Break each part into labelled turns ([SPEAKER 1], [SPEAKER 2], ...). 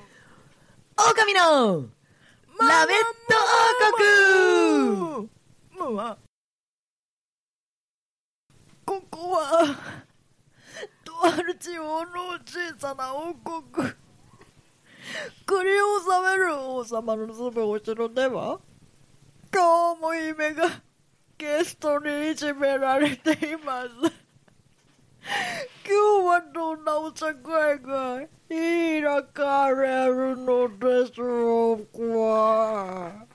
[SPEAKER 1] 狼のラベット王国
[SPEAKER 2] むわここはとある地方の小さな王国国を治める王様の住むお城では今日も姫がゲストにいじめられています今日はどんなお茶会が開かれるのでしょうか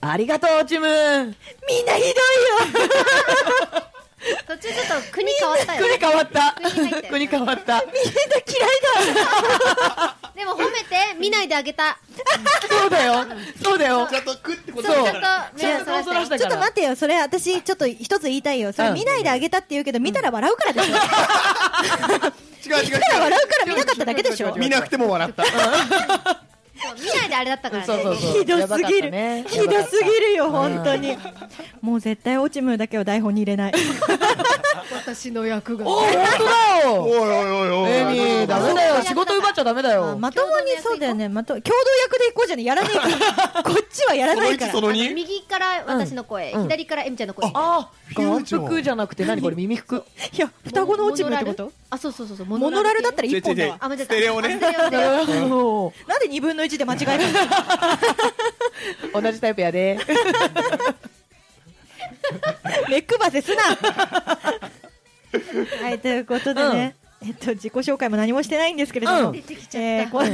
[SPEAKER 1] ありがとうチ ムみんなひどいよ
[SPEAKER 3] 途中ちょっと国変わったよ
[SPEAKER 1] 国変わった
[SPEAKER 3] 国入ったよ
[SPEAKER 1] 国変わった
[SPEAKER 3] でも褒めて見ないであげた
[SPEAKER 1] そうだよそうだよ
[SPEAKER 4] ちゃんと食ってこ
[SPEAKER 3] ち
[SPEAKER 4] と
[SPEAKER 3] ょっと
[SPEAKER 4] だ
[SPEAKER 3] ちょ
[SPEAKER 4] か
[SPEAKER 3] っと目
[SPEAKER 4] ら
[SPEAKER 3] をそらして
[SPEAKER 1] ちょっと
[SPEAKER 5] ちょっと待ってよ、それ私、ちょっと一つ言いたいよ。それ見ないであげたって言うけど、見たら笑うからでしょ。見
[SPEAKER 4] 違う違う違
[SPEAKER 5] たら
[SPEAKER 4] う
[SPEAKER 5] 笑うから見なかっただけでしょ。
[SPEAKER 4] 見なくても笑った
[SPEAKER 3] そう見ないであれだったからね
[SPEAKER 1] そうそうそう
[SPEAKER 5] ひどすぎる。ひどすぎるよ、本当に。もう絶対、オチムだけは台本に入れない。
[SPEAKER 3] 私の役が
[SPEAKER 1] お本当だ
[SPEAKER 4] お
[SPEAKER 1] よ
[SPEAKER 4] いおいおいおい
[SPEAKER 1] エミーダメだよ仕事奪っちゃダメだ
[SPEAKER 5] あ
[SPEAKER 1] よ
[SPEAKER 5] まともにそうだよね。まと、共同役で行こうじゃねやらねえから。 こっちはやら
[SPEAKER 4] そ
[SPEAKER 5] な
[SPEAKER 4] の
[SPEAKER 5] いか
[SPEAKER 4] 1
[SPEAKER 5] ら
[SPEAKER 4] そ。の2
[SPEAKER 3] 右から私の声、
[SPEAKER 1] うん
[SPEAKER 3] 左からエミちゃんの声
[SPEAKER 1] あ
[SPEAKER 4] フュ
[SPEAKER 1] 眼
[SPEAKER 4] ーチャー
[SPEAKER 1] 福じゃなくて何これ耳服
[SPEAKER 5] いや、双子のオチムってこと
[SPEAKER 3] あそうそうそうそう
[SPEAKER 5] モノラルだったら
[SPEAKER 4] 違う
[SPEAKER 5] 一本だわ。
[SPEAKER 3] あ間違えた
[SPEAKER 4] ステレオね
[SPEAKER 3] あステレオステレオ
[SPEAKER 1] 同
[SPEAKER 5] なんで二分の一で間違えたの
[SPEAKER 1] じタイプやで
[SPEAKER 5] 目くばせすな はいということでね、えっと、自己紹介も何もしてないんですけれども、
[SPEAKER 1] うん
[SPEAKER 3] 出てきちゃ
[SPEAKER 5] え
[SPEAKER 3] っ
[SPEAKER 5] ー
[SPEAKER 3] た
[SPEAKER 5] こ
[SPEAKER 4] ね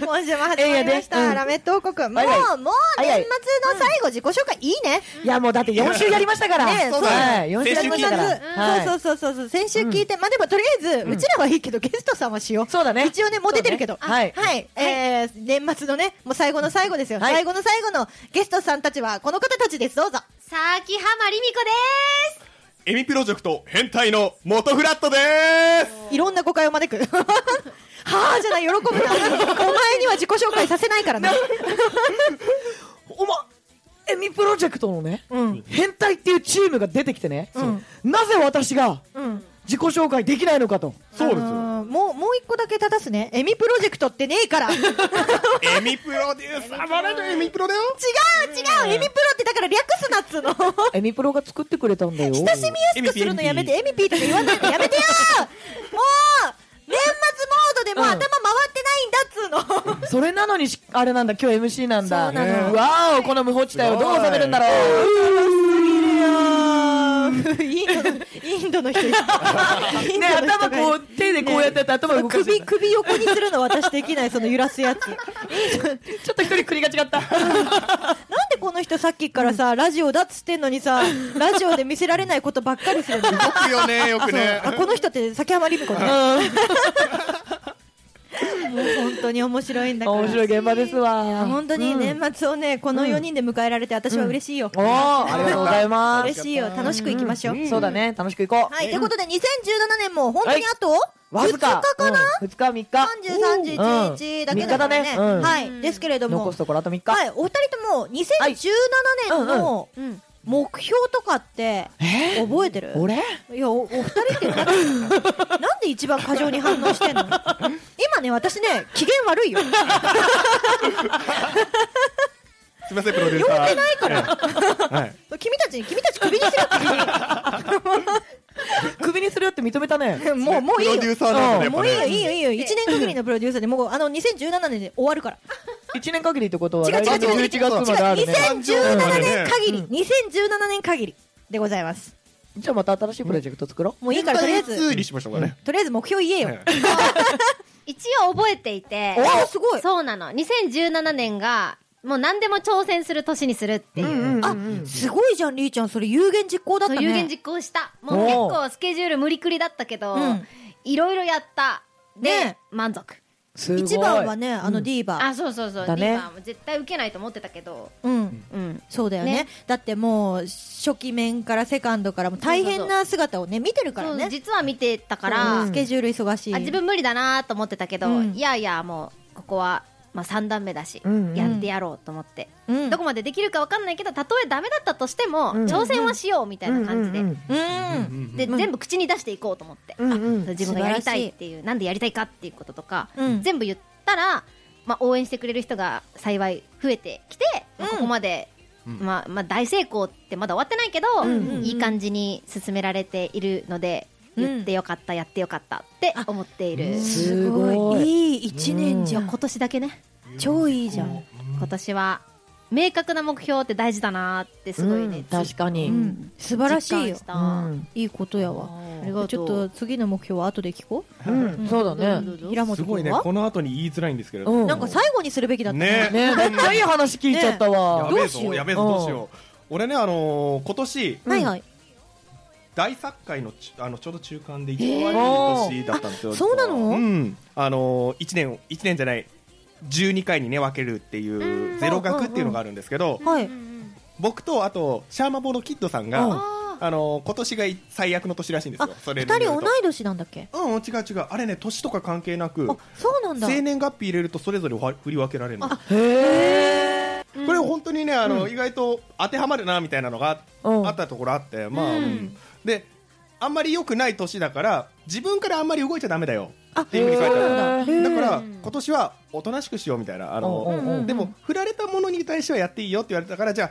[SPEAKER 5] 今週も始まりまし
[SPEAKER 1] ええや
[SPEAKER 5] た、
[SPEAKER 1] でうん
[SPEAKER 5] ラメット王国、も
[SPEAKER 1] は
[SPEAKER 5] う、
[SPEAKER 1] いはい
[SPEAKER 5] もう
[SPEAKER 1] はい
[SPEAKER 5] 年
[SPEAKER 1] は
[SPEAKER 5] 末
[SPEAKER 1] い
[SPEAKER 5] の最後、自己紹介いいね、
[SPEAKER 1] いやもうだって4週やりましたから
[SPEAKER 5] ねえそうだよ
[SPEAKER 1] はい4週やりましたか
[SPEAKER 5] 先
[SPEAKER 1] ら
[SPEAKER 5] 週
[SPEAKER 1] はい
[SPEAKER 5] そうそうそうそう、先週聞いて、まあでもとりあえず、うちらはいいけど、ゲストさんはしよう、
[SPEAKER 1] そうだね
[SPEAKER 5] 一応ね、モテてるけど、
[SPEAKER 1] そうねはい
[SPEAKER 5] はいえー年末のね、もう最後の最後ですよ、
[SPEAKER 1] はい
[SPEAKER 5] 最後の最後のゲストさんたちは、この方たちです、どうぞ。
[SPEAKER 3] 佐木浜りみこでーす
[SPEAKER 4] エミプロジェクト変態の元フラットです
[SPEAKER 5] いろんな誤解を招く。 はあじゃない、喜ぶな。お前には自己紹介させないからね。
[SPEAKER 1] おまエミプロジェクトのね、
[SPEAKER 5] うん
[SPEAKER 1] 変態っていうチームが出てきてね、なぜ私が
[SPEAKER 5] うん。
[SPEAKER 1] 自己紹介できないの かと、
[SPEAKER 4] そうです
[SPEAKER 5] あ
[SPEAKER 4] よ
[SPEAKER 5] のーもう、もう一個だけ正すね。エミプロジェクトってねえから。違う、違う。
[SPEAKER 4] エミプロデューサーバレるエミプロだよ
[SPEAKER 5] エミプロってだから略すなっつうの。
[SPEAKER 1] エミプロが作ってくれたんだよ
[SPEAKER 5] 親しみやすくするのやめて、エミピーとか言わないでやめてよもう年末モードでもう
[SPEAKER 1] うん
[SPEAKER 5] 頭回ってないんだっつうの。
[SPEAKER 1] それなのにしあれなんだ今日 MC なんだ
[SPEAKER 5] そうなの
[SPEAKER 1] うんわーおこの無法地帯をどう収めるんだろ う
[SPEAKER 5] インドの、 インドの人。 インド
[SPEAKER 1] ね
[SPEAKER 5] の人が
[SPEAKER 1] 頭こう手でこうやってやって頭動かして
[SPEAKER 5] 首、首横にするの私できない、その揺らす やつ。
[SPEAKER 1] ちょっと一人国が違 った
[SPEAKER 5] なんでこの人さっきからさ、ラジオだっつってんのに さ、ラジオで見せられないことばっかりするの。
[SPEAKER 4] よくよねよくね
[SPEAKER 5] あこの人って崎浜りみ子ね。
[SPEAKER 1] う
[SPEAKER 5] もう本当に面白いんだ
[SPEAKER 1] ん
[SPEAKER 5] から。
[SPEAKER 1] 面白い現場ですわ
[SPEAKER 5] 本当に年末をね、この4人で迎えられて私は嬉しいよ。
[SPEAKER 1] おーありがとうございます
[SPEAKER 5] 嬉しいよ。楽しくいきましょう。
[SPEAKER 1] そうだね楽しくいこう
[SPEAKER 5] はい、ということで2017年も本当にあと、
[SPEAKER 1] わずか
[SPEAKER 5] 2日かな、
[SPEAKER 1] うん2日3
[SPEAKER 5] 30、
[SPEAKER 1] 日
[SPEAKER 5] 31日だけだからね。
[SPEAKER 1] うん三日だねうん
[SPEAKER 5] はい。ですけれども、
[SPEAKER 1] 残すところあと3日
[SPEAKER 5] はい、お二人とも2017年の
[SPEAKER 3] うん
[SPEAKER 5] 目標とかって
[SPEAKER 1] え
[SPEAKER 5] 覚えてる
[SPEAKER 1] 俺
[SPEAKER 5] いやおお二人って なんでなんで一番過剰に反応してんの今ね私ね機嫌悪いよ酔っ
[SPEAKER 4] すみませんプロデュー
[SPEAKER 5] て
[SPEAKER 4] サー
[SPEAKER 5] ないから
[SPEAKER 4] はい
[SPEAKER 5] 君たち君たちクビにしろ
[SPEAKER 1] クビにするよって認めたね
[SPEAKER 5] 君もうもういい
[SPEAKER 4] プロデュ
[SPEAKER 5] よ
[SPEAKER 4] ーサーなんだね
[SPEAKER 5] もういいよいいよいいよ
[SPEAKER 3] で
[SPEAKER 5] 1年限りのプロデューサーでもうあの2017年で終わるから
[SPEAKER 1] 1年限りってことは
[SPEAKER 5] 違う違う
[SPEAKER 1] 来年の
[SPEAKER 5] 違う違う違う
[SPEAKER 1] 11月まであるね
[SPEAKER 5] 2017年限り2017年限りでございます
[SPEAKER 1] じゃあまた新しいプロジェクト作ろう
[SPEAKER 5] もういいからとりあえ
[SPEAKER 4] 変態
[SPEAKER 5] ず
[SPEAKER 4] 通理しましょうかね
[SPEAKER 5] とりあえず目標言えよ
[SPEAKER 3] 一応覚えていて
[SPEAKER 5] おすごい
[SPEAKER 3] そうなの2017年がもう何でも挑戦する年にするっていう,、
[SPEAKER 5] あすごいじゃんりーちゃんそれ有言実行だっ
[SPEAKER 3] そ
[SPEAKER 5] た
[SPEAKER 3] う
[SPEAKER 5] ね
[SPEAKER 3] 有言実行したもう
[SPEAKER 1] おー
[SPEAKER 3] 結構スケジュール無理くりだったけど、
[SPEAKER 5] うん
[SPEAKER 3] いろいろやったで、
[SPEAKER 5] ね
[SPEAKER 3] 満足
[SPEAKER 1] すごい
[SPEAKER 5] 一番はねあ
[SPEAKER 1] う
[SPEAKER 5] の
[SPEAKER 1] ん
[SPEAKER 5] ディーバ、
[SPEAKER 3] あそうそうそう
[SPEAKER 5] だね
[SPEAKER 3] リーバーも絶対受けないと思ってたけど
[SPEAKER 5] うん、
[SPEAKER 3] うん
[SPEAKER 5] そうだよね
[SPEAKER 3] ね
[SPEAKER 5] だってもう初期面からセカンドからも大変な姿をね見てるから
[SPEAKER 3] そう
[SPEAKER 5] ね
[SPEAKER 3] 実は見てたから、
[SPEAKER 5] うんスケジュール忙しい
[SPEAKER 3] あ自分無理だなと思ってたけど、
[SPEAKER 5] うん
[SPEAKER 3] いやいやもうここは、まあ、3段目だし、
[SPEAKER 1] うんうん
[SPEAKER 3] やってやろうと思って、
[SPEAKER 5] うん
[SPEAKER 3] どこまでできるかわかんないけどたとえダメだったとしても、
[SPEAKER 1] うん
[SPEAKER 3] 挑戦はしようみたいな感じで、
[SPEAKER 1] うんうん
[SPEAKER 5] うん、
[SPEAKER 3] で、
[SPEAKER 5] うん
[SPEAKER 3] 全部口に出していこうと思って、
[SPEAKER 1] うんうん
[SPEAKER 3] 自分がやりたいっていうなんでやりたいかっていうこととか、
[SPEAKER 5] うん
[SPEAKER 3] 全部言ったら、まあ、応援してくれる人が幸い増えてきて、まあ
[SPEAKER 5] うん
[SPEAKER 3] ここまで、
[SPEAKER 4] うん
[SPEAKER 3] まあまあ、大成功ってまだ終わってないけど、
[SPEAKER 1] ん
[SPEAKER 5] うん
[SPEAKER 3] いい感じに進められているので、
[SPEAKER 5] うん
[SPEAKER 3] 言ってよかったやってよかったって思っている、
[SPEAKER 1] すごい
[SPEAKER 5] いい一年じゃん、
[SPEAKER 3] 今年だけね
[SPEAKER 5] 超いいじゃん、
[SPEAKER 3] 今年は明確な目標って大事だなってすごいね、
[SPEAKER 1] うん確かに、
[SPEAKER 5] う、
[SPEAKER 1] うん
[SPEAKER 5] 素晴らしいよ
[SPEAKER 3] 実感した
[SPEAKER 1] うん
[SPEAKER 5] いいことやわ
[SPEAKER 3] ありがとう
[SPEAKER 5] ちょっと次の目標は後で聞こ
[SPEAKER 1] うんそうだ
[SPEAKER 3] どう
[SPEAKER 1] ね
[SPEAKER 3] ぞどうぞ
[SPEAKER 5] う平本
[SPEAKER 4] す
[SPEAKER 5] 君
[SPEAKER 4] ごいね
[SPEAKER 5] は、
[SPEAKER 4] この後に言いづらいんですけれど
[SPEAKER 1] う
[SPEAKER 4] も
[SPEAKER 1] ん
[SPEAKER 5] なんか最後にするべきだった
[SPEAKER 4] ね
[SPEAKER 1] ねめっちゃいい話聞いちゃったわ、
[SPEAKER 4] やべえぞ
[SPEAKER 5] どうしよう
[SPEAKER 4] やべえぞどうしよう俺ねあのー今年
[SPEAKER 5] はいはい、
[SPEAKER 4] 大作界のちあのちょうど中間で一番悪い年だったんですよ、
[SPEAKER 5] あそうなの
[SPEAKER 4] うんあの1年一年じゃない12回にね分けるっていううんゼロ学っていうのがあるんですけど
[SPEAKER 5] はい、
[SPEAKER 3] うんうん
[SPEAKER 4] 僕とあとシャーマボのキッドさ
[SPEAKER 1] う
[SPEAKER 4] ん
[SPEAKER 1] ん
[SPEAKER 4] が
[SPEAKER 3] あ
[SPEAKER 4] あの今年が最悪の年らしいんです
[SPEAKER 5] あ
[SPEAKER 4] よそれ
[SPEAKER 5] 二
[SPEAKER 4] による
[SPEAKER 5] 人
[SPEAKER 4] と
[SPEAKER 5] 同い年なんだっけ
[SPEAKER 4] うんうん違う違うあれね年とか関係なく
[SPEAKER 5] あそうなんだ
[SPEAKER 4] 生年月日入れるとそれぞれわ振り分けられるの
[SPEAKER 1] へえ
[SPEAKER 3] ー
[SPEAKER 4] これ本当にねあの、意外と当てはまるなみたいなのが
[SPEAKER 1] うん
[SPEAKER 4] あったところあって、まあ、
[SPEAKER 3] うん
[SPEAKER 4] うんであんまり良くない年だから自分からあんまり動いちゃダメだよっていうふうに書いてあ
[SPEAKER 1] へ
[SPEAKER 4] る
[SPEAKER 1] ー
[SPEAKER 4] だから
[SPEAKER 3] うん
[SPEAKER 4] 今年はおとなしくしようみたいなあ
[SPEAKER 1] うんうんうんう
[SPEAKER 4] の
[SPEAKER 1] ん
[SPEAKER 4] でも振られたものに対してはやっていいよって言われたからじゃあ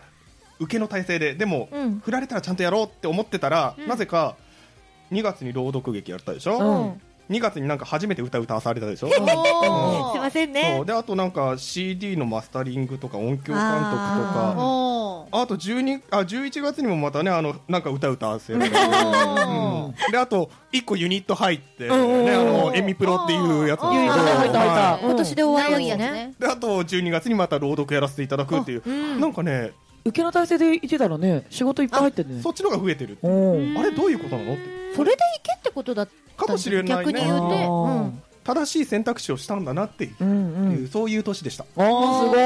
[SPEAKER 4] 受けの体制ででも、
[SPEAKER 5] うん
[SPEAKER 4] 振られたらちゃんとやろうって思ってたら、
[SPEAKER 3] うん
[SPEAKER 4] なぜか2月に朗読劇やったでしょ、
[SPEAKER 1] うん
[SPEAKER 4] 2月になんか初めて歌歌わされたでしょ
[SPEAKER 3] ーおー
[SPEAKER 5] すいません
[SPEAKER 4] そ
[SPEAKER 5] ね
[SPEAKER 4] うであとなんか CD のマスタリングとか音響監督と
[SPEAKER 5] あ
[SPEAKER 4] か
[SPEAKER 3] おー
[SPEAKER 4] あと12あ11月にもまたねあのなんか歌歌わせる、 うん、で
[SPEAKER 3] おー
[SPEAKER 4] あと1個ユニット入って、ね、
[SPEAKER 1] う
[SPEAKER 4] あ
[SPEAKER 1] ん
[SPEAKER 4] のエミプロっていうやつなんで
[SPEAKER 1] う
[SPEAKER 4] すけど
[SPEAKER 1] ん入った入った
[SPEAKER 4] はい
[SPEAKER 1] うん
[SPEAKER 5] 今年で終わるやつね
[SPEAKER 4] であと12月にまた朗読やらせていただくっていう、なんかね
[SPEAKER 1] 受けの体制でいてたらね仕事いっぱい入ってるね
[SPEAKER 4] そっちのが増えてる
[SPEAKER 1] う
[SPEAKER 4] あ
[SPEAKER 1] ん
[SPEAKER 4] れどういうことなのって
[SPEAKER 5] それでいけってことだった
[SPEAKER 4] かもしれないね
[SPEAKER 5] 逆に言うて、
[SPEAKER 1] あ
[SPEAKER 5] う
[SPEAKER 1] ー
[SPEAKER 5] ん、
[SPEAKER 4] 正しい選択肢をしたんだなっていう
[SPEAKER 1] う、んうん
[SPEAKER 4] そういう年でした
[SPEAKER 1] あーすごい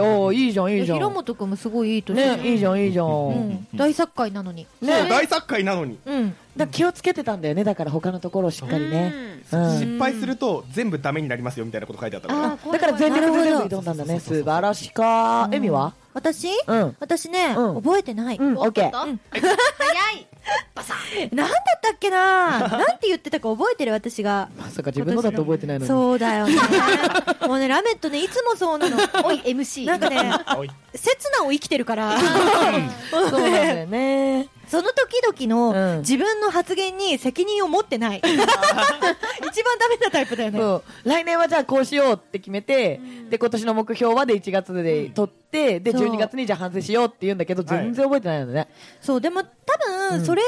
[SPEAKER 1] おーいいじゃんいいじゃん
[SPEAKER 5] 平本君もすごいいい年だよ
[SPEAKER 1] ねいいじゃんいいじゃん、
[SPEAKER 5] うん、大作家なのに、
[SPEAKER 4] そう
[SPEAKER 1] ね
[SPEAKER 4] 大作界なのに
[SPEAKER 5] うん、
[SPEAKER 1] だから気をつけてたんだよねだから他のところをしっかりね、うん
[SPEAKER 4] 失敗すると全部ダメになりますよみたいなこと書いてあったから
[SPEAKER 3] あー
[SPEAKER 1] だから全力で
[SPEAKER 5] なる
[SPEAKER 1] 全
[SPEAKER 5] ほ
[SPEAKER 1] 部
[SPEAKER 5] ど
[SPEAKER 1] 挑んだんだね素晴らしか、エミは
[SPEAKER 5] 私、
[SPEAKER 1] うん
[SPEAKER 5] 私ね、
[SPEAKER 1] うん
[SPEAKER 5] 覚えてない、
[SPEAKER 1] うんオッケー
[SPEAKER 3] 早いバサッ
[SPEAKER 5] なんだったっけ ななんて言ってたか覚えてる私が
[SPEAKER 1] まさか自分のだと覚えてないのに
[SPEAKER 5] そうだ よねもうねラメットねいつもそうなの
[SPEAKER 3] おい MC
[SPEAKER 5] な んかね
[SPEAKER 4] あおい
[SPEAKER 5] 刹那を生きてるから
[SPEAKER 1] そうなんだよね
[SPEAKER 5] その時々の、
[SPEAKER 1] うん
[SPEAKER 5] 自分の発言に責任を持って ない一番ダメなタイプだよね
[SPEAKER 1] そう来年はじゃあこうしようって決めて、で今年の目標はで1月で取って、で
[SPEAKER 5] そう
[SPEAKER 1] 12月にじゃあ反省しようって言うんだけど
[SPEAKER 4] はい
[SPEAKER 1] 全然覚えてないのね、
[SPEAKER 5] そうでも多
[SPEAKER 1] う
[SPEAKER 5] 分
[SPEAKER 1] ん
[SPEAKER 5] それ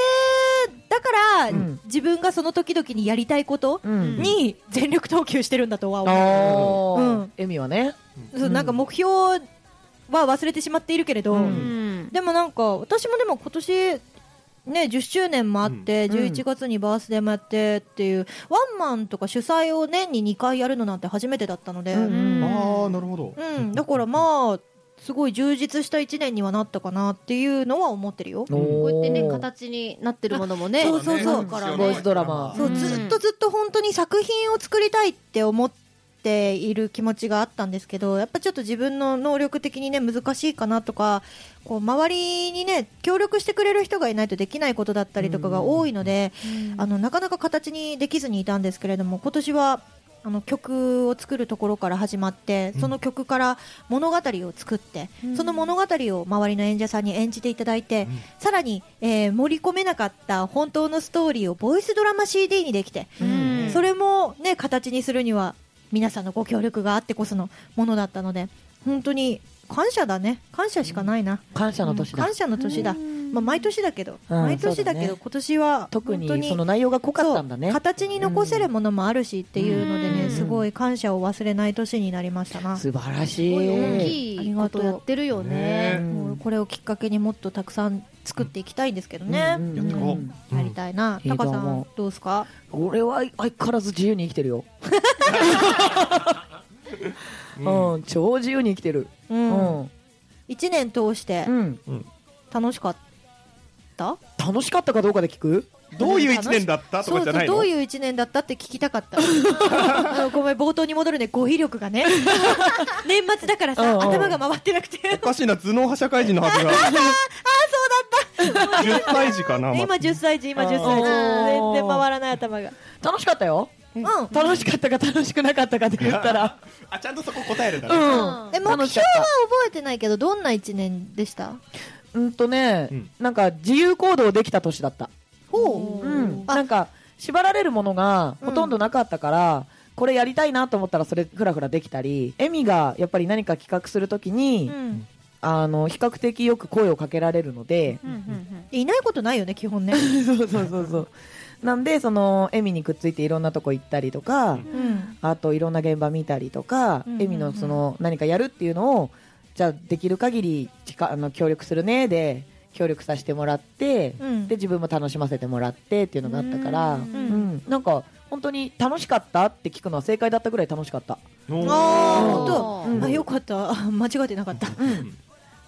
[SPEAKER 5] だから、
[SPEAKER 1] うん
[SPEAKER 5] 自分がその時々にやりたいこと
[SPEAKER 1] うん
[SPEAKER 5] に全力投球してるんだとは
[SPEAKER 1] あ
[SPEAKER 5] 思
[SPEAKER 1] ー、
[SPEAKER 5] うん
[SPEAKER 1] エミはね
[SPEAKER 5] う、そうなんか目標は忘れてしまっているけれど、
[SPEAKER 1] う
[SPEAKER 3] うんん
[SPEAKER 5] でもなんか私もでも今年ね10周年もあって、
[SPEAKER 1] うん
[SPEAKER 5] 11月にバースデーもやってっていうワンマンとか主催を年に2回やるのなんて初めてだったので、
[SPEAKER 1] うん
[SPEAKER 4] あ
[SPEAKER 3] うん
[SPEAKER 4] ーなるほど
[SPEAKER 5] うん、だからまあすごい充実した1年にはなったかなっていうのは思ってるよ。
[SPEAKER 3] こうやってね
[SPEAKER 1] おー
[SPEAKER 3] 形になってるものもね
[SPEAKER 5] そうそうそう
[SPEAKER 4] だね
[SPEAKER 5] からね
[SPEAKER 1] ボイスドラマ
[SPEAKER 5] そう
[SPEAKER 3] うん
[SPEAKER 5] ずっとずっと本当に作品を作りたいって思っている気持ちがあったんですけどやっぱちょっと自分の能力的にね難しいかなとかこう周りにね協力してくれる人がいないとできないことだったりとかが多いので、あのなかなか形にできずにいたんですけれども今年はあの曲を作るところから始まってその曲から物語を作って、
[SPEAKER 3] うん
[SPEAKER 5] その物語を周りの演者さんに演じていただいて、さらに、えー盛り込めなかった本当のストーリーをボイスドラマ CD にできて、
[SPEAKER 3] うん
[SPEAKER 5] それも、ね、形にするには皆さんのご協力があってこそのものだったので本当に感謝だね感謝しかないな、
[SPEAKER 1] 感謝の年だ、
[SPEAKER 5] 感謝の年だ、まあ、毎年だけど、
[SPEAKER 1] うん
[SPEAKER 5] 毎年だけ
[SPEAKER 1] そうだ
[SPEAKER 5] ど
[SPEAKER 1] ね
[SPEAKER 5] 今年は
[SPEAKER 1] 特
[SPEAKER 5] 本当
[SPEAKER 1] にその内容が濃かったんだ
[SPEAKER 5] そ
[SPEAKER 1] ね
[SPEAKER 5] う形に残せるものもあるしっていうのでね、
[SPEAKER 1] うん
[SPEAKER 5] すごい感謝を忘れない年になりましたな、
[SPEAKER 1] 素晴ら
[SPEAKER 3] す
[SPEAKER 1] しい
[SPEAKER 3] ごい大きいことやってるよね
[SPEAKER 4] ね
[SPEAKER 1] うん
[SPEAKER 5] もうこれをきっかけにもっとたくさん作っていきたいんですけどね、
[SPEAKER 1] うんうん
[SPEAKER 4] やってこう
[SPEAKER 5] うんやりたいな、
[SPEAKER 1] うん
[SPEAKER 5] タカさ
[SPEAKER 1] いいと
[SPEAKER 5] ん
[SPEAKER 1] 思
[SPEAKER 5] どうですか
[SPEAKER 1] 俺は相変わらず自由に生きてるよ。うん、超自由に生きてる。
[SPEAKER 5] う、
[SPEAKER 1] うんん。
[SPEAKER 5] 一1年通して
[SPEAKER 1] うん。
[SPEAKER 5] 楽しかった、
[SPEAKER 1] 楽しかったかどうかで聞く
[SPEAKER 4] どういう一年だったと
[SPEAKER 5] そ
[SPEAKER 4] か
[SPEAKER 5] う
[SPEAKER 4] じ
[SPEAKER 5] そ
[SPEAKER 4] ゃな
[SPEAKER 5] う
[SPEAKER 4] い
[SPEAKER 5] ど
[SPEAKER 4] の
[SPEAKER 5] ういう1年だったって聞きたかっ たあのごめん冒頭に戻るね語彙力がね年末だから
[SPEAKER 1] うん
[SPEAKER 5] さ
[SPEAKER 1] うん
[SPEAKER 5] 頭が回ってなくて
[SPEAKER 4] おかしいな頭脳派社会人のはずがあそうだった10歳児かな、ま
[SPEAKER 5] 今10歳児今10歳児
[SPEAKER 1] うん
[SPEAKER 5] 全然回らない頭が
[SPEAKER 1] 楽しかったよ。
[SPEAKER 5] うん、
[SPEAKER 1] 楽しかったか楽しくなかったかで言ったら。
[SPEAKER 4] あちゃんとそこ答えるんだ
[SPEAKER 1] う
[SPEAKER 4] ね、
[SPEAKER 1] ん。
[SPEAKER 5] え目標は
[SPEAKER 1] 楽し
[SPEAKER 5] 覚
[SPEAKER 1] かった
[SPEAKER 5] えてないけどどんな1年でした
[SPEAKER 1] うんとね、
[SPEAKER 4] うん
[SPEAKER 1] なんか自由行動できた年だった。
[SPEAKER 5] ほ
[SPEAKER 1] うん。
[SPEAKER 5] あ
[SPEAKER 1] なんか、縛られるものがほとんどなかったから、これやりたいなと思ったらそれふらふらできたり、エミがやっぱり何か企画するときに、
[SPEAKER 5] うん
[SPEAKER 1] あの、比較的よく声をかけられるので、
[SPEAKER 5] いないことないよね基 本ね、
[SPEAKER 1] そうそうそうそう。なんで、その、エミにくっついていろんなとこ行ったりとか、
[SPEAKER 4] うん
[SPEAKER 5] うん、
[SPEAKER 1] あといろんな現場見たりとか、
[SPEAKER 5] うんうんうん
[SPEAKER 1] エミのその何かやるっていうのを、じゃあできる限り力あの協力するねで、協力させてもらって、
[SPEAKER 5] うん
[SPEAKER 1] で、自分も楽しませてもらってっていうのがあったから、
[SPEAKER 5] う
[SPEAKER 1] う
[SPEAKER 5] ん
[SPEAKER 1] んなんか本当に楽しかったって聞くのは正解だったぐらい楽しかった。
[SPEAKER 4] お
[SPEAKER 1] うん
[SPEAKER 4] ー
[SPEAKER 5] あー本
[SPEAKER 1] うん
[SPEAKER 5] 当あよかったあ 間違えてなかった、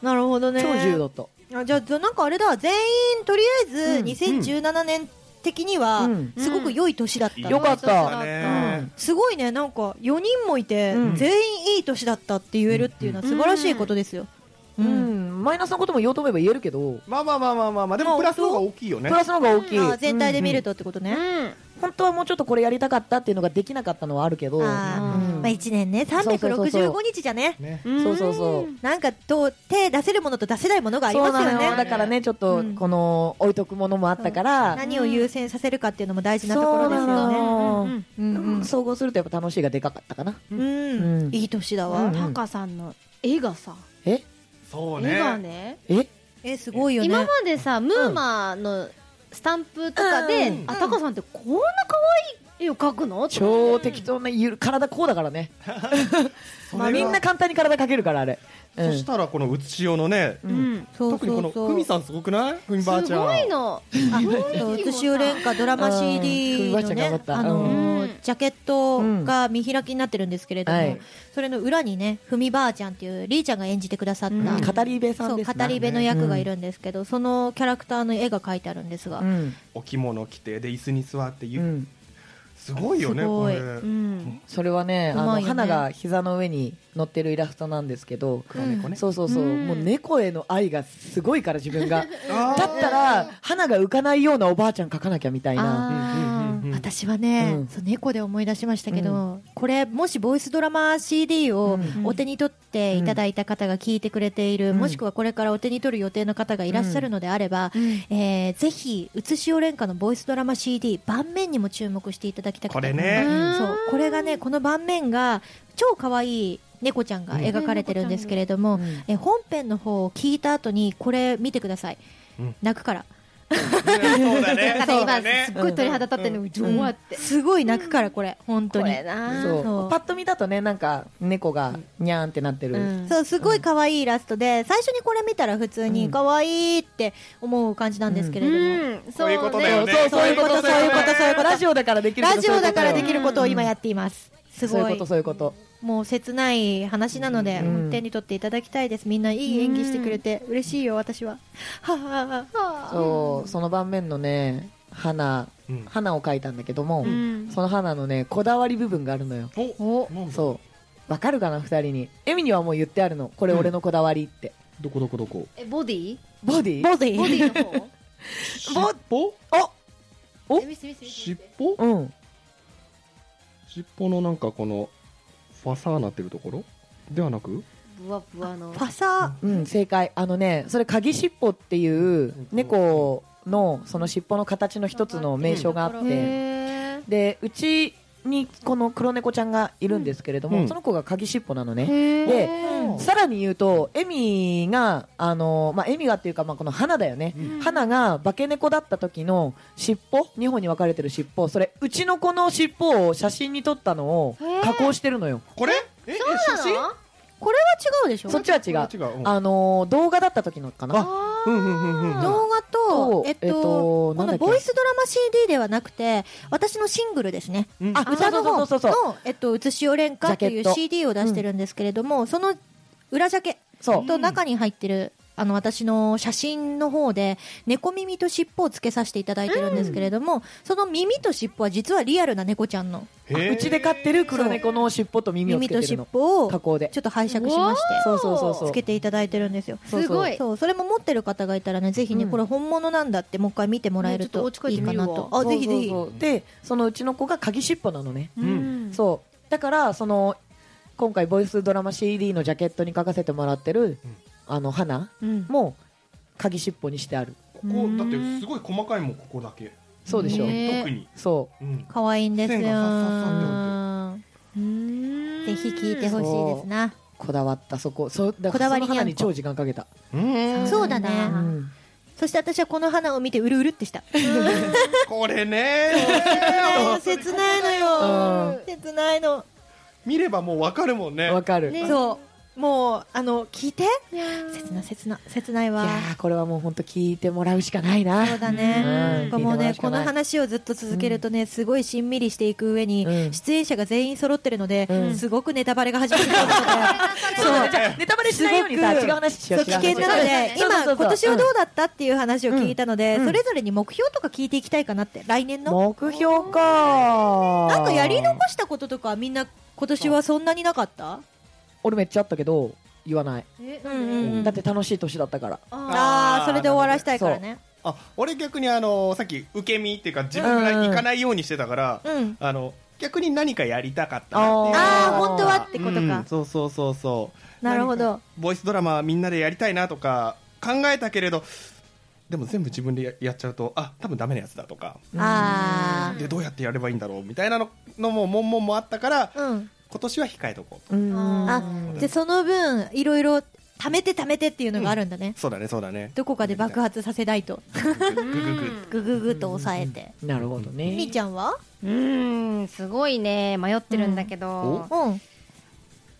[SPEAKER 5] なるほどね
[SPEAKER 1] 超重度と。
[SPEAKER 5] あじゃあじゃあなんかあれだ全員とりあえ
[SPEAKER 1] うん
[SPEAKER 5] ず2017年的には
[SPEAKER 1] うん
[SPEAKER 5] すごく良い年だった、
[SPEAKER 4] うん
[SPEAKER 1] よかった
[SPEAKER 4] ね
[SPEAKER 5] すごいねなんか4人もいて、
[SPEAKER 1] うん
[SPEAKER 5] 全員いい年だったって言えるっていうのは素晴らしいことですよ、
[SPEAKER 1] う、
[SPEAKER 5] うんん
[SPEAKER 1] マイナスのことも言おうと思えば言えるけど、
[SPEAKER 4] まあまあまあまあまあまあでもプラスの方が大きいよ
[SPEAKER 1] プ
[SPEAKER 4] ね
[SPEAKER 1] ラスの方が大きい。
[SPEAKER 5] あ全体で見るとってことね、
[SPEAKER 1] うん、本当はもうちょっとこれやりたかったっていうのができなかったのはあるけど、
[SPEAKER 5] あー
[SPEAKER 1] うん
[SPEAKER 5] まあ、1年ね
[SPEAKER 1] そうそうそうそう
[SPEAKER 5] 365日じゃね
[SPEAKER 4] ね
[SPEAKER 1] そうそうそう。
[SPEAKER 5] なんかと手出せるものと出せないものがあり
[SPEAKER 1] そ
[SPEAKER 5] ま
[SPEAKER 1] う
[SPEAKER 5] すよ
[SPEAKER 1] なのよ
[SPEAKER 5] ね
[SPEAKER 1] だからねちょっ
[SPEAKER 5] う
[SPEAKER 1] と
[SPEAKER 5] ん
[SPEAKER 1] この置いとくものもあったから、
[SPEAKER 5] 何を優先させるかっていうのも大事なところで
[SPEAKER 1] そ
[SPEAKER 5] す
[SPEAKER 1] うな
[SPEAKER 5] よ
[SPEAKER 1] の
[SPEAKER 5] ね
[SPEAKER 1] よ
[SPEAKER 5] うん
[SPEAKER 1] うん総合するとやっぱ楽しいがでかかったかな
[SPEAKER 5] うん
[SPEAKER 1] うん
[SPEAKER 5] いい年だ
[SPEAKER 1] う
[SPEAKER 5] わ、
[SPEAKER 1] ん
[SPEAKER 6] タカさんの絵がさ、
[SPEAKER 1] え
[SPEAKER 4] そう
[SPEAKER 6] 絵が
[SPEAKER 4] ね
[SPEAKER 6] ね、
[SPEAKER 1] え
[SPEAKER 5] えすごいよね
[SPEAKER 3] 今までさムーマーのスタンプとかで、あタカさんってこんな可愛い絵を描くのって
[SPEAKER 1] 超適当なゆる体こうだからね、まあ、みんな簡単に体かけるからあれ、う
[SPEAKER 4] そしたらこの写し用のね
[SPEAKER 1] んうん
[SPEAKER 5] そう
[SPEAKER 4] 特にこ
[SPEAKER 5] そ
[SPEAKER 4] の
[SPEAKER 5] うそ
[SPEAKER 4] ふ
[SPEAKER 5] う
[SPEAKER 4] みさんすごくないふみばあち
[SPEAKER 3] す
[SPEAKER 4] ゃん
[SPEAKER 3] ごいの
[SPEAKER 5] あそううつしおれんかドラマ
[SPEAKER 1] うん
[SPEAKER 5] CD
[SPEAKER 1] うわ
[SPEAKER 5] の
[SPEAKER 1] ちゃん頑張
[SPEAKER 5] ね
[SPEAKER 1] った
[SPEAKER 5] あのー
[SPEAKER 3] うん
[SPEAKER 5] ジャケットが見開きになってるんですけれど
[SPEAKER 1] は
[SPEAKER 5] も
[SPEAKER 1] い
[SPEAKER 5] それの裏にねふみばあちゃんっていうりーちゃんが演じてくださった
[SPEAKER 1] うん語り部さ
[SPEAKER 5] そ
[SPEAKER 1] ん
[SPEAKER 5] う
[SPEAKER 1] です
[SPEAKER 5] 語り部の役がいるんですけどそのキャラクターの絵が描いてあるんです
[SPEAKER 1] う
[SPEAKER 5] が
[SPEAKER 1] ん、
[SPEAKER 4] お着物着てで椅子に座って
[SPEAKER 1] う
[SPEAKER 4] ゆ、
[SPEAKER 1] ん、
[SPEAKER 4] すごいよね
[SPEAKER 5] すごい
[SPEAKER 4] これ、
[SPEAKER 6] うん、
[SPEAKER 1] それはね
[SPEAKER 5] うま
[SPEAKER 1] あの
[SPEAKER 5] いよね
[SPEAKER 1] 花が膝の上に乗ってるイラストなんですけど
[SPEAKER 4] 黒猫ね、
[SPEAKER 1] そうそうそう、
[SPEAKER 6] うん
[SPEAKER 1] もう猫への愛がすごいから自分が
[SPEAKER 4] あ
[SPEAKER 1] だったら花が浮かないようなおばあちゃん描かなきゃみたいな
[SPEAKER 4] ーうんうんうんうん
[SPEAKER 5] 私はね、
[SPEAKER 1] うん
[SPEAKER 5] そう猫で思い出しましたけど、
[SPEAKER 1] う
[SPEAKER 5] これもしボイスドラマ CD
[SPEAKER 1] う
[SPEAKER 5] を
[SPEAKER 1] ん
[SPEAKER 5] お手に取っていただいた方が聞いてくれている、
[SPEAKER 1] うん
[SPEAKER 5] もしくはこれからお手に取る予定の方がいらっしゃるのであれば、えーぜひ「うつしお廉歌」のボイスドラマ CD 盤面にも注目していただきたくて
[SPEAKER 4] これね
[SPEAKER 5] うんそうこれがねこの盤面が超可愛い猫ちゃんが描かれてるんですけれども、
[SPEAKER 1] うん
[SPEAKER 5] えー本編の方を聞いた後にこれ見てください、
[SPEAKER 4] うん
[SPEAKER 5] 泣くから
[SPEAKER 4] そうだね
[SPEAKER 3] だか
[SPEAKER 4] そ
[SPEAKER 3] ら
[SPEAKER 4] うだ
[SPEAKER 3] 今
[SPEAKER 4] ね
[SPEAKER 3] すっごい鳥肌立ってるのジョワって
[SPEAKER 5] すごい泣くからこれ本当
[SPEAKER 3] こ
[SPEAKER 5] に
[SPEAKER 3] れな
[SPEAKER 1] そう
[SPEAKER 5] そう
[SPEAKER 1] パッと見だとねなんか猫がにゃーんってなってる、
[SPEAKER 6] うん
[SPEAKER 5] そうすごい可愛いイラストで最初にこれ見たら普通
[SPEAKER 1] う
[SPEAKER 5] に
[SPEAKER 1] ん
[SPEAKER 5] 可愛いって思う感じなんですけれども、
[SPEAKER 3] うん
[SPEAKER 4] そういうことだ
[SPEAKER 1] そ
[SPEAKER 4] よ
[SPEAKER 1] う
[SPEAKER 4] ね
[SPEAKER 1] そうそういうことそういうことそういうこと
[SPEAKER 5] ラ
[SPEAKER 1] ラジオだからできること
[SPEAKER 5] ラジオだからできることを今
[SPEAKER 1] うん
[SPEAKER 5] やっています、す
[SPEAKER 1] そう
[SPEAKER 5] ご
[SPEAKER 1] いう
[SPEAKER 5] い
[SPEAKER 1] ことそういうこと
[SPEAKER 5] もう切ない話なので、
[SPEAKER 1] うん
[SPEAKER 5] 本手に取っていただきたいですみんないい演技してくれて嬉しいよ私ははあはあはあ
[SPEAKER 1] そうその盤面のね花
[SPEAKER 4] うん
[SPEAKER 1] 花を描いたんだけども、
[SPEAKER 6] ん
[SPEAKER 1] その花のねこだわり部分があるのよ
[SPEAKER 4] おなんだ
[SPEAKER 1] そうわかるかな二人にエミにはもう言ってあるのこれ俺のこだわりって、
[SPEAKER 4] どこどこどこ
[SPEAKER 3] えボディ
[SPEAKER 1] ボディ
[SPEAKER 5] ボディ
[SPEAKER 3] ボ ディの方
[SPEAKER 4] 尻尾
[SPEAKER 1] お
[SPEAKER 3] え見せて見せて見せ
[SPEAKER 4] 尻
[SPEAKER 3] て
[SPEAKER 4] 尾
[SPEAKER 1] うん
[SPEAKER 4] 尻尾のなんかこのファサーなってるところではなく
[SPEAKER 3] ブワブワの
[SPEAKER 5] ファサ
[SPEAKER 1] うん正解あのねそれ鍵尻尾っていう猫のその尻尾の形の一つの名称があって、
[SPEAKER 3] へー
[SPEAKER 1] でうちにこの黒猫ちゃんがいるんですけれども、
[SPEAKER 4] うん
[SPEAKER 1] その子が鍵尻尾なのね、
[SPEAKER 3] へー
[SPEAKER 1] でさらに言うとエミがあの、まあ、エミがっていうか、まあ、この花だよね、
[SPEAKER 4] うん
[SPEAKER 1] 花が化け猫だった時の尻尾2本に分かれてる尻尾それうちの子の尻尾を写真に撮ったのを
[SPEAKER 3] へー
[SPEAKER 1] 加工してるのよ、
[SPEAKER 4] これええ写
[SPEAKER 3] そうなの
[SPEAKER 5] これは違うでしょ
[SPEAKER 1] そっちは違う
[SPEAKER 4] 真違ううん
[SPEAKER 1] あの動画だった時のかな
[SPEAKER 4] あうんうんうんうんうん
[SPEAKER 5] 動画と
[SPEAKER 1] お、
[SPEAKER 5] えっと、
[SPEAKER 1] えっと
[SPEAKER 5] こ
[SPEAKER 1] なんだ
[SPEAKER 5] の
[SPEAKER 1] っけ
[SPEAKER 5] ボイスドラマ CD ではなくて、私のシングルですね。
[SPEAKER 4] うん
[SPEAKER 1] あ
[SPEAKER 5] 歌の方
[SPEAKER 1] そうそうそうそう
[SPEAKER 5] の、えっと、写しおれんかってい
[SPEAKER 1] ジャ
[SPEAKER 5] う
[SPEAKER 1] ケット
[SPEAKER 5] CD を出してるんですけれども、その裏ジャケ
[SPEAKER 1] そう
[SPEAKER 5] と中に入ってる、あの、私の写真の方で、猫耳と尻尾をつけさせていただいてるんですけれども、その耳と尻尾は実はリアルな猫ちゃんの
[SPEAKER 4] へー
[SPEAKER 1] うちで飼ってる黒猫の尻尾と耳をつ
[SPEAKER 5] 耳
[SPEAKER 1] け
[SPEAKER 5] と
[SPEAKER 1] てる
[SPEAKER 5] 尻
[SPEAKER 1] の
[SPEAKER 5] 尾を、ち
[SPEAKER 1] 加
[SPEAKER 5] ょ
[SPEAKER 1] 工で
[SPEAKER 5] っと拝借しまして。
[SPEAKER 1] そうそうそうそう
[SPEAKER 5] つけていただいてるんですよ。
[SPEAKER 1] そうそう
[SPEAKER 3] すごい
[SPEAKER 5] そう、それも持ってる方がいたらね、ぜひね、
[SPEAKER 1] うん
[SPEAKER 5] これ本物なんだって、もう一回見てもらえると
[SPEAKER 3] ねちょっとお
[SPEAKER 5] い
[SPEAKER 3] 家帰
[SPEAKER 5] い
[SPEAKER 3] って
[SPEAKER 5] か
[SPEAKER 3] みる
[SPEAKER 5] な
[SPEAKER 3] わ
[SPEAKER 5] と。あ、ぜひぜひ。
[SPEAKER 1] そうそうそうでそのうちの子が鍵尻尾なのね、
[SPEAKER 4] ん
[SPEAKER 1] そうだからその今回ボイスドラマ CD のジャケットに書かせてもらってる、
[SPEAKER 4] うん
[SPEAKER 1] あの花
[SPEAKER 3] うん
[SPEAKER 1] も鍵尻尾にしてある
[SPEAKER 4] ここだってすごい細かいもんここだけ
[SPEAKER 1] そうでしょ、
[SPEAKER 3] ねえ
[SPEAKER 4] 特に、
[SPEAKER 1] そ
[SPEAKER 4] うん、
[SPEAKER 5] 可愛いんですよ
[SPEAKER 4] 線がさささんで
[SPEAKER 5] ぜひ聞いてほしいですな
[SPEAKER 1] うこだわったそこそうだか
[SPEAKER 5] こだ
[SPEAKER 1] らそ
[SPEAKER 5] わり
[SPEAKER 1] の
[SPEAKER 5] にゃん
[SPEAKER 1] 花
[SPEAKER 5] こ
[SPEAKER 1] に超時間かけた、
[SPEAKER 4] うん
[SPEAKER 5] そうだね
[SPEAKER 1] う
[SPEAKER 3] あ
[SPEAKER 1] ん、
[SPEAKER 5] そして私はこの花を見てうるうるって した
[SPEAKER 4] これ ね
[SPEAKER 5] 切ないの
[SPEAKER 1] よ
[SPEAKER 5] よ切ないの
[SPEAKER 4] 見ればもうわかるもんね
[SPEAKER 1] わかる、い
[SPEAKER 5] そうもうあの聞いて切
[SPEAKER 3] 切
[SPEAKER 5] な切な切ないわ
[SPEAKER 1] やーこれはもう本当聞いてもらうしかないな
[SPEAKER 5] そうだね
[SPEAKER 1] うん
[SPEAKER 5] 僕も
[SPEAKER 1] 聞
[SPEAKER 5] ね
[SPEAKER 1] いて
[SPEAKER 5] こ
[SPEAKER 1] もらう
[SPEAKER 5] の
[SPEAKER 1] しか
[SPEAKER 5] 話をずっと続けるとねすごいしんみりしていく上に
[SPEAKER 1] うん
[SPEAKER 5] 出演者が全員揃ってるので
[SPEAKER 1] うん
[SPEAKER 5] すごくネタバレが始まってますので
[SPEAKER 1] そうだねじゃあネタバレしないようにさ違
[SPEAKER 5] すごく
[SPEAKER 1] う話しよ
[SPEAKER 5] そうう危
[SPEAKER 1] 違う話
[SPEAKER 5] 険なので、
[SPEAKER 1] そうそうそう
[SPEAKER 5] 今、今年はどうだったっていう話を聞いたので、
[SPEAKER 1] うん
[SPEAKER 5] それぞれに目標とか聞いていきたいかなって、来年の。
[SPEAKER 1] 目標か
[SPEAKER 5] なんかやり残したこととかはみんな今年はそんなになかった
[SPEAKER 1] 俺めっちゃあったけど言わない、
[SPEAKER 3] え
[SPEAKER 5] うんうん
[SPEAKER 1] だって楽しい年だったから
[SPEAKER 5] ああー、それで終わらせたいからね。
[SPEAKER 4] あ俺逆にあのさっき受け身っていうか自分が行かないようにしてたから、
[SPEAKER 5] うん。
[SPEAKER 4] あの逆に何かやりたかったなっていう
[SPEAKER 5] ああ、
[SPEAKER 1] ー
[SPEAKER 5] 本当はってこと
[SPEAKER 4] う
[SPEAKER 5] か
[SPEAKER 4] ん。そうそうそうそう
[SPEAKER 5] なるほど
[SPEAKER 4] 何かボイスドラマみんなでやりたいなとか考えたけれどでも全部自分でややっちゃうとあ多分ダメなやつだとか
[SPEAKER 5] あ
[SPEAKER 4] でどうやってやればいいんだろうみたいなののも悶々もあったから
[SPEAKER 5] あ、うん。
[SPEAKER 4] 今年は控えとこうと
[SPEAKER 1] うん
[SPEAKER 5] あ、じゃあその分、いろいろ貯めて貯めてっていうのがあるんだね。
[SPEAKER 4] そうだねそうだね
[SPEAKER 5] どこかで爆発させないと。
[SPEAKER 4] グググググ
[SPEAKER 5] ぐぐぐっと抑えて。
[SPEAKER 1] なるほどね
[SPEAKER 5] みーちゃんは
[SPEAKER 3] うんすごいね迷ってるんだけど
[SPEAKER 5] うん。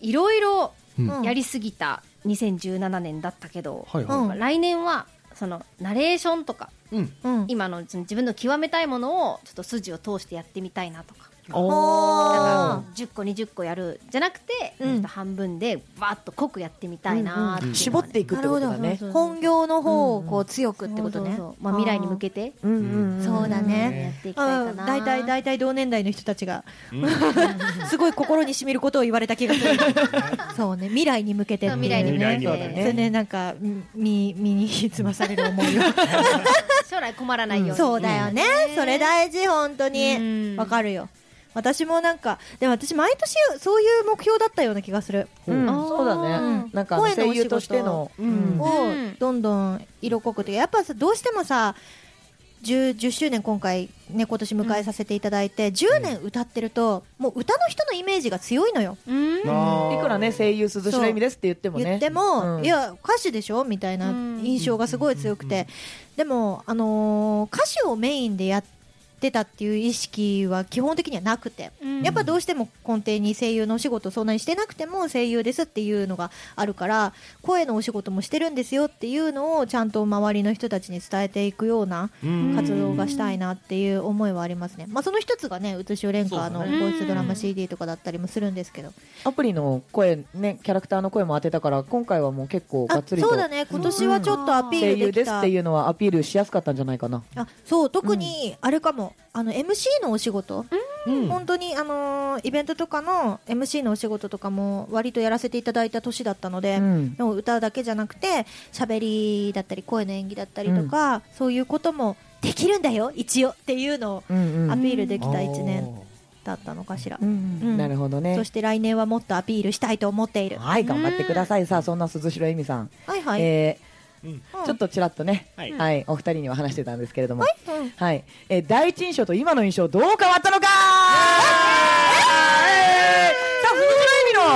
[SPEAKER 3] いろいろ
[SPEAKER 4] うん
[SPEAKER 5] うん
[SPEAKER 3] やりすぎた2017年だったけど、
[SPEAKER 4] はい
[SPEAKER 5] うん
[SPEAKER 4] は
[SPEAKER 3] 来年はそのナレーションとか
[SPEAKER 4] いうん
[SPEAKER 5] うん。
[SPEAKER 3] 今のその自分の極めたいものをちょっと筋を通してやってみたいなとか
[SPEAKER 5] おー
[SPEAKER 3] 10個20個やるじゃなくて、
[SPEAKER 5] うん
[SPEAKER 3] ちょっと半分でバーッと濃くやってみたいな
[SPEAKER 4] うんうん
[SPEAKER 1] 絞っていくってことだね
[SPEAKER 3] そうそう
[SPEAKER 5] 本業の方をこう強くっ
[SPEAKER 3] ってて
[SPEAKER 5] こ
[SPEAKER 3] こととね。
[SPEAKER 5] ね
[SPEAKER 3] まあ、未来に向けて
[SPEAKER 1] うんうんうん
[SPEAKER 5] そうだね
[SPEAKER 3] やっていきたいかな
[SPEAKER 5] 大体大体同年代の人たち が
[SPEAKER 4] うん
[SPEAKER 5] すごい心にしみることを言われた気がするそうね未来に向けてっていう
[SPEAKER 3] 未来に向けて
[SPEAKER 4] 未来に向けて
[SPEAKER 5] それねなんか身身につまされる思いを
[SPEAKER 3] 将来困らないように、
[SPEAKER 5] そうだよねそれ大事本当に
[SPEAKER 3] うん
[SPEAKER 5] わかるよ私もなんかでも私毎年そういう目標だったような気がする
[SPEAKER 1] うん
[SPEAKER 3] あー
[SPEAKER 1] そうだねなんかあの
[SPEAKER 5] 声のお仕
[SPEAKER 1] 声
[SPEAKER 5] 事
[SPEAKER 1] 優としての
[SPEAKER 4] うん
[SPEAKER 5] を
[SPEAKER 3] うん
[SPEAKER 5] どんどん色濃くてやっぱさどうしてもさ 10, 10周年今回ね今年迎えさせていただいて、10年歌ってるともう歌の人のイメージが強いのよ、
[SPEAKER 3] うん
[SPEAKER 4] あー
[SPEAKER 1] いくらね声優鈴代意味ですって言ってもね
[SPEAKER 5] 言っても、
[SPEAKER 1] うん
[SPEAKER 5] いや歌手でしょみたいな
[SPEAKER 3] うん
[SPEAKER 5] 印象がすごい強くて、でも、あのー歌手をメインでやってたっていう意識は基本的にはなくて、やっぱどうしても根底に声優のお仕事をそんなにしてなくても声優ですっていうのがあるから声のお仕事もしてるんですよっていうのをちゃんと周りの人たちに伝えていくような
[SPEAKER 4] うん
[SPEAKER 5] 活動がしたいなっていう思いはありますね、まあ、その一つがね「うつしおれんか」の
[SPEAKER 4] そう
[SPEAKER 5] ボ
[SPEAKER 4] だ
[SPEAKER 3] ね
[SPEAKER 5] イスドラマ CD とかだったりもするんですけど、
[SPEAKER 1] アプリの声ねキャラクターの声も当てたから今回はもう結構が
[SPEAKER 5] あ
[SPEAKER 1] っつりと
[SPEAKER 5] そうだね今年はちょっとアピ
[SPEAKER 1] 声
[SPEAKER 5] ール
[SPEAKER 1] 優
[SPEAKER 5] で
[SPEAKER 1] で
[SPEAKER 5] き
[SPEAKER 1] す
[SPEAKER 5] た、
[SPEAKER 1] っていうのはアピールしやすかったんじゃないかな
[SPEAKER 5] あそう特にあれかも、あの MC のお仕事、
[SPEAKER 4] うん
[SPEAKER 5] 本当に、あのーイベントとかの MC のお仕事とかも割とやらせていただいた年だったので、
[SPEAKER 1] うん
[SPEAKER 5] でも歌だけじゃなくて喋りだったり声の演技だったりとか、そういうこともできるんだよ一応っていうのを
[SPEAKER 1] うんうん
[SPEAKER 5] アピールできた1年だったのかしら、
[SPEAKER 1] うんうん
[SPEAKER 5] うん
[SPEAKER 1] なるほどね
[SPEAKER 5] そして来年はもっとアピールしたいと思っている
[SPEAKER 1] はい頑張ってくださいさあそんな鈴代恵美さん
[SPEAKER 5] はいはい、
[SPEAKER 1] え
[SPEAKER 4] うん
[SPEAKER 1] ーちょっとちらっとね
[SPEAKER 4] はい
[SPEAKER 1] はいお二人には話してたんですけれども
[SPEAKER 5] うんうん
[SPEAKER 1] はい、えー第一印象と今の印象どう変わったのかえーさあ、鈴代意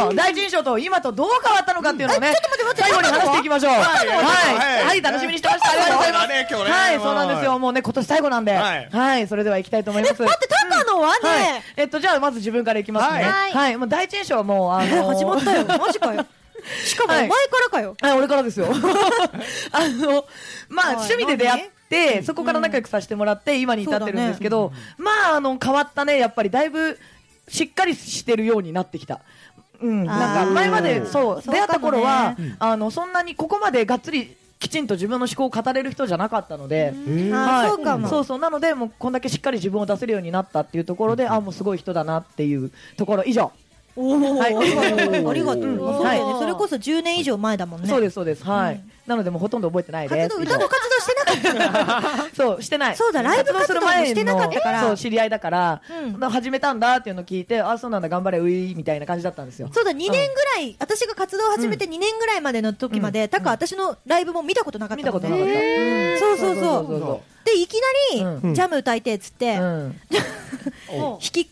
[SPEAKER 1] 味の第一印象と今とどう変わったのかっていうのをね、最後に話していきましょう。はい、はい、はい楽しみにしてました。ありがとうございます。
[SPEAKER 4] 今日ね
[SPEAKER 1] はい、そうなんですよ。もうね、今年最後なんで、
[SPEAKER 4] は
[SPEAKER 1] はいい、それでは行きたいと思います。
[SPEAKER 5] でタカのはね、
[SPEAKER 1] はい、えっと、じゃあまず自分からいきますね。
[SPEAKER 3] はい
[SPEAKER 1] はい、もう第一印象はもう、あの
[SPEAKER 5] え
[SPEAKER 1] ー
[SPEAKER 5] 始まったよマジかよしかもお
[SPEAKER 1] はい
[SPEAKER 5] 前からかよ。
[SPEAKER 1] あ俺からですよ。あの、まあ、
[SPEAKER 5] はい
[SPEAKER 1] 趣味で出会って、そこから仲良くさせてもらって、今に至ってるんですけど、まあ、あの、変わったね、やっぱりだいぶ、しっかりしてるようになってきた。うん、
[SPEAKER 5] あー
[SPEAKER 1] なんか前まで、そう、
[SPEAKER 5] そうかも
[SPEAKER 1] 出会った頃は、
[SPEAKER 4] ね
[SPEAKER 1] あの、そんなにここまでがっつり、きちんと自分の思考を語れる人じゃなかったので、
[SPEAKER 4] うん
[SPEAKER 5] あ
[SPEAKER 1] はい
[SPEAKER 5] そうかも
[SPEAKER 1] そうそうなのでもうこんだけしっかり自分を出せるようになったっていうところであもうすごい人だなっていうところ以上、はい
[SPEAKER 5] ありがとう。ありがとう
[SPEAKER 1] うん
[SPEAKER 5] そうだよ
[SPEAKER 3] は
[SPEAKER 5] ね。
[SPEAKER 3] い
[SPEAKER 5] それこそ10年以上前だもん ね。
[SPEAKER 1] そう
[SPEAKER 5] で
[SPEAKER 1] ですそうですはい、なのでもうほとんど覚えてないです
[SPEAKER 5] 活動、歌の活動してなかったから
[SPEAKER 1] そうしてない
[SPEAKER 5] そうだライブ活動もしてなかったか
[SPEAKER 1] 活動す
[SPEAKER 5] ら
[SPEAKER 1] る前のそう知り合いだから、
[SPEAKER 5] うん
[SPEAKER 1] だから始めたんだっていうのを聞いてあそうなんだ頑張れういみたいな感じだったんですよ
[SPEAKER 5] そうだ、2年ぐらい、私が活動を始めて2年ぐらいまでの時まで、たか私のライブも見たことなかっ
[SPEAKER 1] 見
[SPEAKER 5] た
[SPEAKER 1] た
[SPEAKER 5] も
[SPEAKER 1] こ
[SPEAKER 5] ん
[SPEAKER 1] と
[SPEAKER 5] ね。
[SPEAKER 1] なかった、うん
[SPEAKER 5] そうそうそう
[SPEAKER 1] そうそ
[SPEAKER 5] で、いきな
[SPEAKER 1] う
[SPEAKER 5] り、
[SPEAKER 4] ん
[SPEAKER 5] ジャム歌いてっつって、
[SPEAKER 1] う
[SPEAKER 5] 引
[SPEAKER 1] うん
[SPEAKER 5] き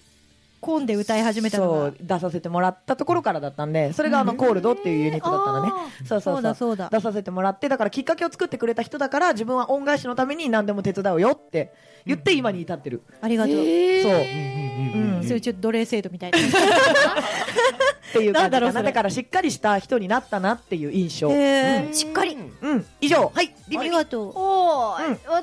[SPEAKER 5] 込んで歌い始めたの
[SPEAKER 1] そ
[SPEAKER 5] が
[SPEAKER 1] う。出させてもらったところからだったんでそれがあのコールドっていうユニットだったのねそうそう
[SPEAKER 5] そうだそうだ
[SPEAKER 1] 出させてもらってだからきっかけを作ってくれた人だから自分は恩返しのために何でも手伝うよって言って今に至ってる、
[SPEAKER 5] ありがとう。
[SPEAKER 1] そう
[SPEAKER 4] うん
[SPEAKER 5] そういうちょっと奴隷制度みたいな。
[SPEAKER 1] っていう感じか
[SPEAKER 5] なんだろう
[SPEAKER 1] な
[SPEAKER 5] それ
[SPEAKER 1] だからしっかりした人になったなっていう印象、
[SPEAKER 5] へーしっか り。
[SPEAKER 1] うん以上はいリ
[SPEAKER 5] あ
[SPEAKER 1] ミ
[SPEAKER 5] りがとう。
[SPEAKER 3] おお、
[SPEAKER 1] うん
[SPEAKER 3] 私も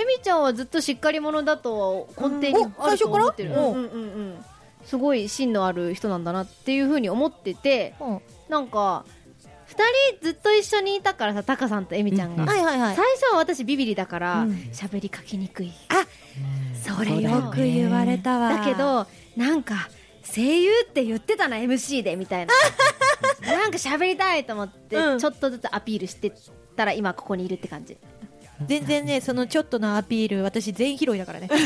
[SPEAKER 3] エミちゃんはずっとしっかり者だとは根底に
[SPEAKER 5] うんお
[SPEAKER 3] あると思ってる、
[SPEAKER 5] 最初から
[SPEAKER 3] うんうんうんうんすごい芯のある人なんだなっていうふうに思ってて
[SPEAKER 5] うんは
[SPEAKER 3] なんか2人ずっと一緒にいたからさタカさんとエミちゃんが、
[SPEAKER 5] いはいはい
[SPEAKER 3] 最。初は私ビビリだから喋、りかけにくい
[SPEAKER 5] それよく言われたわ。
[SPEAKER 3] だけ、どなんか声優って言ってたな MC でみたい ななんか喋りたいと思って、
[SPEAKER 5] うん
[SPEAKER 3] ちょっとずつアピールしてったら今ここにいるって感じ
[SPEAKER 5] 全然ね、そのちょっとのアピール、私全員拾いだからね。
[SPEAKER 3] えみ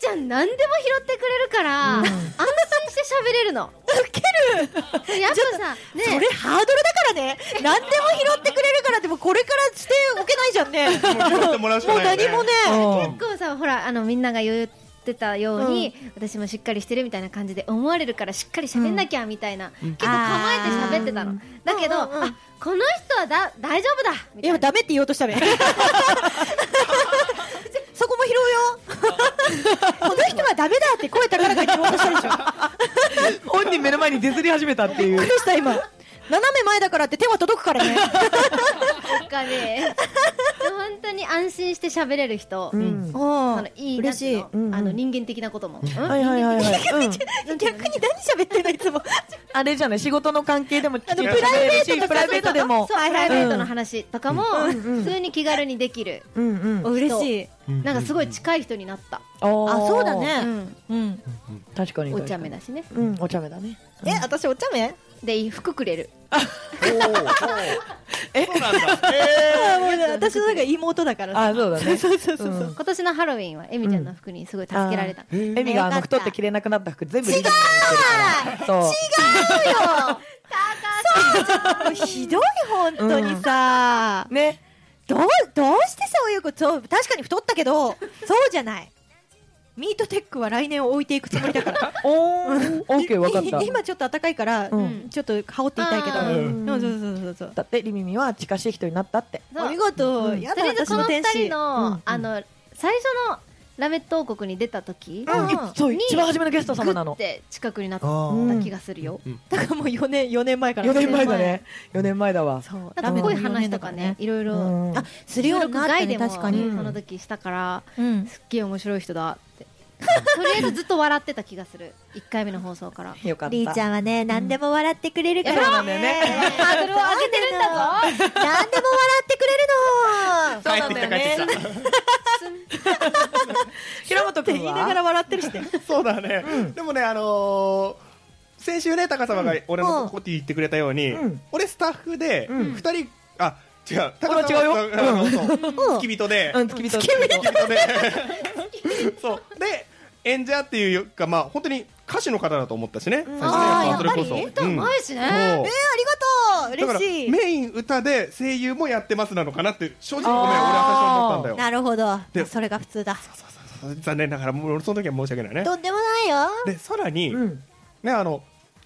[SPEAKER 3] ちゃん何でも拾ってくれるから、安心して喋れるのウケるやっぱさね
[SPEAKER 5] それハードルだからね。 何でも拾ってくれるから、でもこれから捨ておけないじゃんね。
[SPEAKER 4] もう拾ってもらうしか
[SPEAKER 5] もう
[SPEAKER 4] ないよ
[SPEAKER 5] 何
[SPEAKER 4] ね
[SPEAKER 5] もね。
[SPEAKER 3] 結構さほらあのみんなが言ってたように、私もしっかりしてるみたいな感じで思われるからしっかり喋んなきゃみたいな、結構構えて喋ってたのだけど、
[SPEAKER 5] うんうんうん
[SPEAKER 3] あこの人はだ大丈夫だみ
[SPEAKER 5] い
[SPEAKER 3] たい
[SPEAKER 5] や、
[SPEAKER 3] な
[SPEAKER 5] ダメって言おうとした ね。そこも拾 うよ。この人はダメだって声高らかに言おうとしたでしょ。
[SPEAKER 1] 本人目の前にディスり始めたってい
[SPEAKER 5] び
[SPEAKER 1] う
[SPEAKER 5] っくりした、今。斜め前だからって手は届くからね。
[SPEAKER 3] なんかね本当に安心して喋れる人、
[SPEAKER 1] うん
[SPEAKER 3] あ
[SPEAKER 5] あ
[SPEAKER 3] のいい
[SPEAKER 5] 嬉しい
[SPEAKER 3] なん。てう
[SPEAKER 1] う
[SPEAKER 3] の
[SPEAKER 1] んうん
[SPEAKER 3] あの人間的なことも、うん
[SPEAKER 1] はいはいはいはい、うん
[SPEAKER 5] 逆に何喋ってんのいつも。
[SPEAKER 1] あれじゃない仕事の関係でもきちんと
[SPEAKER 5] あの
[SPEAKER 1] 喋れるし
[SPEAKER 5] プ
[SPEAKER 1] プラ
[SPEAKER 5] ラ
[SPEAKER 1] イ
[SPEAKER 5] イベ
[SPEAKER 1] ベート
[SPEAKER 5] ートとか
[SPEAKER 1] でも
[SPEAKER 3] そうプライベートの話とかも普通に気軽にできる、
[SPEAKER 1] うんうん
[SPEAKER 5] お嬉しい。
[SPEAKER 3] なんかす
[SPEAKER 4] い
[SPEAKER 3] ごい近い人になった、
[SPEAKER 1] あそうだ
[SPEAKER 3] う
[SPEAKER 5] ね。
[SPEAKER 3] ん、
[SPEAKER 5] うん。
[SPEAKER 1] 確かに
[SPEAKER 3] お茶目だしね
[SPEAKER 1] うんお茶目だね
[SPEAKER 5] え、私お茶目
[SPEAKER 3] で服くれる
[SPEAKER 4] えそうなんだ
[SPEAKER 5] あもうね私のなんか妹だからさ。
[SPEAKER 1] あそうだね
[SPEAKER 5] そうそうそうそう。
[SPEAKER 3] 今年のハロウィンはエミちゃんの服にすごい助けられた、
[SPEAKER 1] エミがあの太って着れなくなった服全部違うそう
[SPEAKER 5] もう ひどい、本当にさ。
[SPEAKER 1] ね
[SPEAKER 5] どう、どうしてそういうこと、そう確かに太った けど、そうじゃない。ミートテックは来年を置いていくつもりだから。
[SPEAKER 1] おー オーケーわかった
[SPEAKER 5] い 今ちょっと暖かいから、
[SPEAKER 1] うん
[SPEAKER 5] ちょっと羽織っていたいけど。
[SPEAKER 3] あ
[SPEAKER 5] う
[SPEAKER 3] ー
[SPEAKER 5] ん、そうそうそうそう。
[SPEAKER 1] だってリミミは近しい人になったって
[SPEAKER 3] そう
[SPEAKER 5] お見事、
[SPEAKER 1] うん
[SPEAKER 5] や
[SPEAKER 3] と
[SPEAKER 5] だ
[SPEAKER 3] りあえず
[SPEAKER 5] 私
[SPEAKER 3] この
[SPEAKER 5] の
[SPEAKER 3] 二
[SPEAKER 5] 天
[SPEAKER 3] 人
[SPEAKER 5] 使。
[SPEAKER 3] の、
[SPEAKER 1] うんうん
[SPEAKER 3] あの最初のラメット王国に出た時、
[SPEAKER 5] うん
[SPEAKER 1] いそう一番初めのゲスト
[SPEAKER 3] グ
[SPEAKER 1] 様な
[SPEAKER 3] ッ
[SPEAKER 1] の
[SPEAKER 3] て近くになっ
[SPEAKER 4] あ
[SPEAKER 3] た
[SPEAKER 4] ー
[SPEAKER 3] 気がするよ、
[SPEAKER 5] だからもう4年、四年前から。
[SPEAKER 1] 4年前だね4年前だわ
[SPEAKER 5] そう。
[SPEAKER 3] なんか濃い話とかね。いろいろ
[SPEAKER 1] うん
[SPEAKER 5] あ、するようになった
[SPEAKER 3] 外
[SPEAKER 5] ね、
[SPEAKER 3] でも
[SPEAKER 5] 確かに。
[SPEAKER 3] その時したから、
[SPEAKER 5] うん。
[SPEAKER 3] すっげえ面白い人だってとりあえずずっと笑ってた気がする1回目の放送から
[SPEAKER 1] よかった
[SPEAKER 5] りーちゃんはね、何でも笑ってくれるか
[SPEAKER 1] そう
[SPEAKER 5] ら。
[SPEAKER 1] なんだよね
[SPEAKER 3] ハードルを上げてるんだぞ
[SPEAKER 5] 何でも笑ってくれる
[SPEAKER 4] 帰
[SPEAKER 5] の
[SPEAKER 4] ってきた帰ってき
[SPEAKER 1] 平本
[SPEAKER 5] って
[SPEAKER 1] 君
[SPEAKER 5] 言いなが
[SPEAKER 1] は
[SPEAKER 5] ら笑ってるして。
[SPEAKER 4] たそうだねでもねあのー先週ね高様が俺のコティ言ってくれたように
[SPEAKER 1] うん
[SPEAKER 4] 俺スタッフで
[SPEAKER 1] うん
[SPEAKER 4] 二人あ違う
[SPEAKER 1] 俺は違うよ
[SPEAKER 4] 高様はそうそう付き人で
[SPEAKER 1] うん付き人
[SPEAKER 4] 付き人でそうで演者っていうかまあ本当に歌手の方だと思ったしね最初ね
[SPEAKER 5] あー
[SPEAKER 4] まあそれこ
[SPEAKER 5] やっぱり
[SPEAKER 4] そ
[SPEAKER 3] 歌うまいしね
[SPEAKER 4] うんそう
[SPEAKER 5] あり
[SPEAKER 4] だか
[SPEAKER 5] がと
[SPEAKER 4] ら
[SPEAKER 5] う嬉しい。
[SPEAKER 4] メイン歌で声優もやってますなのかなって正直ごめん俺は最初思ったんだよ
[SPEAKER 5] なるほど
[SPEAKER 4] で。
[SPEAKER 5] それが普通だ。
[SPEAKER 4] そうそうそう残念ながらもう俺その時は申し訳ないね
[SPEAKER 5] とんでもないよ。
[SPEAKER 4] でさらに、
[SPEAKER 1] うん
[SPEAKER 4] ねあの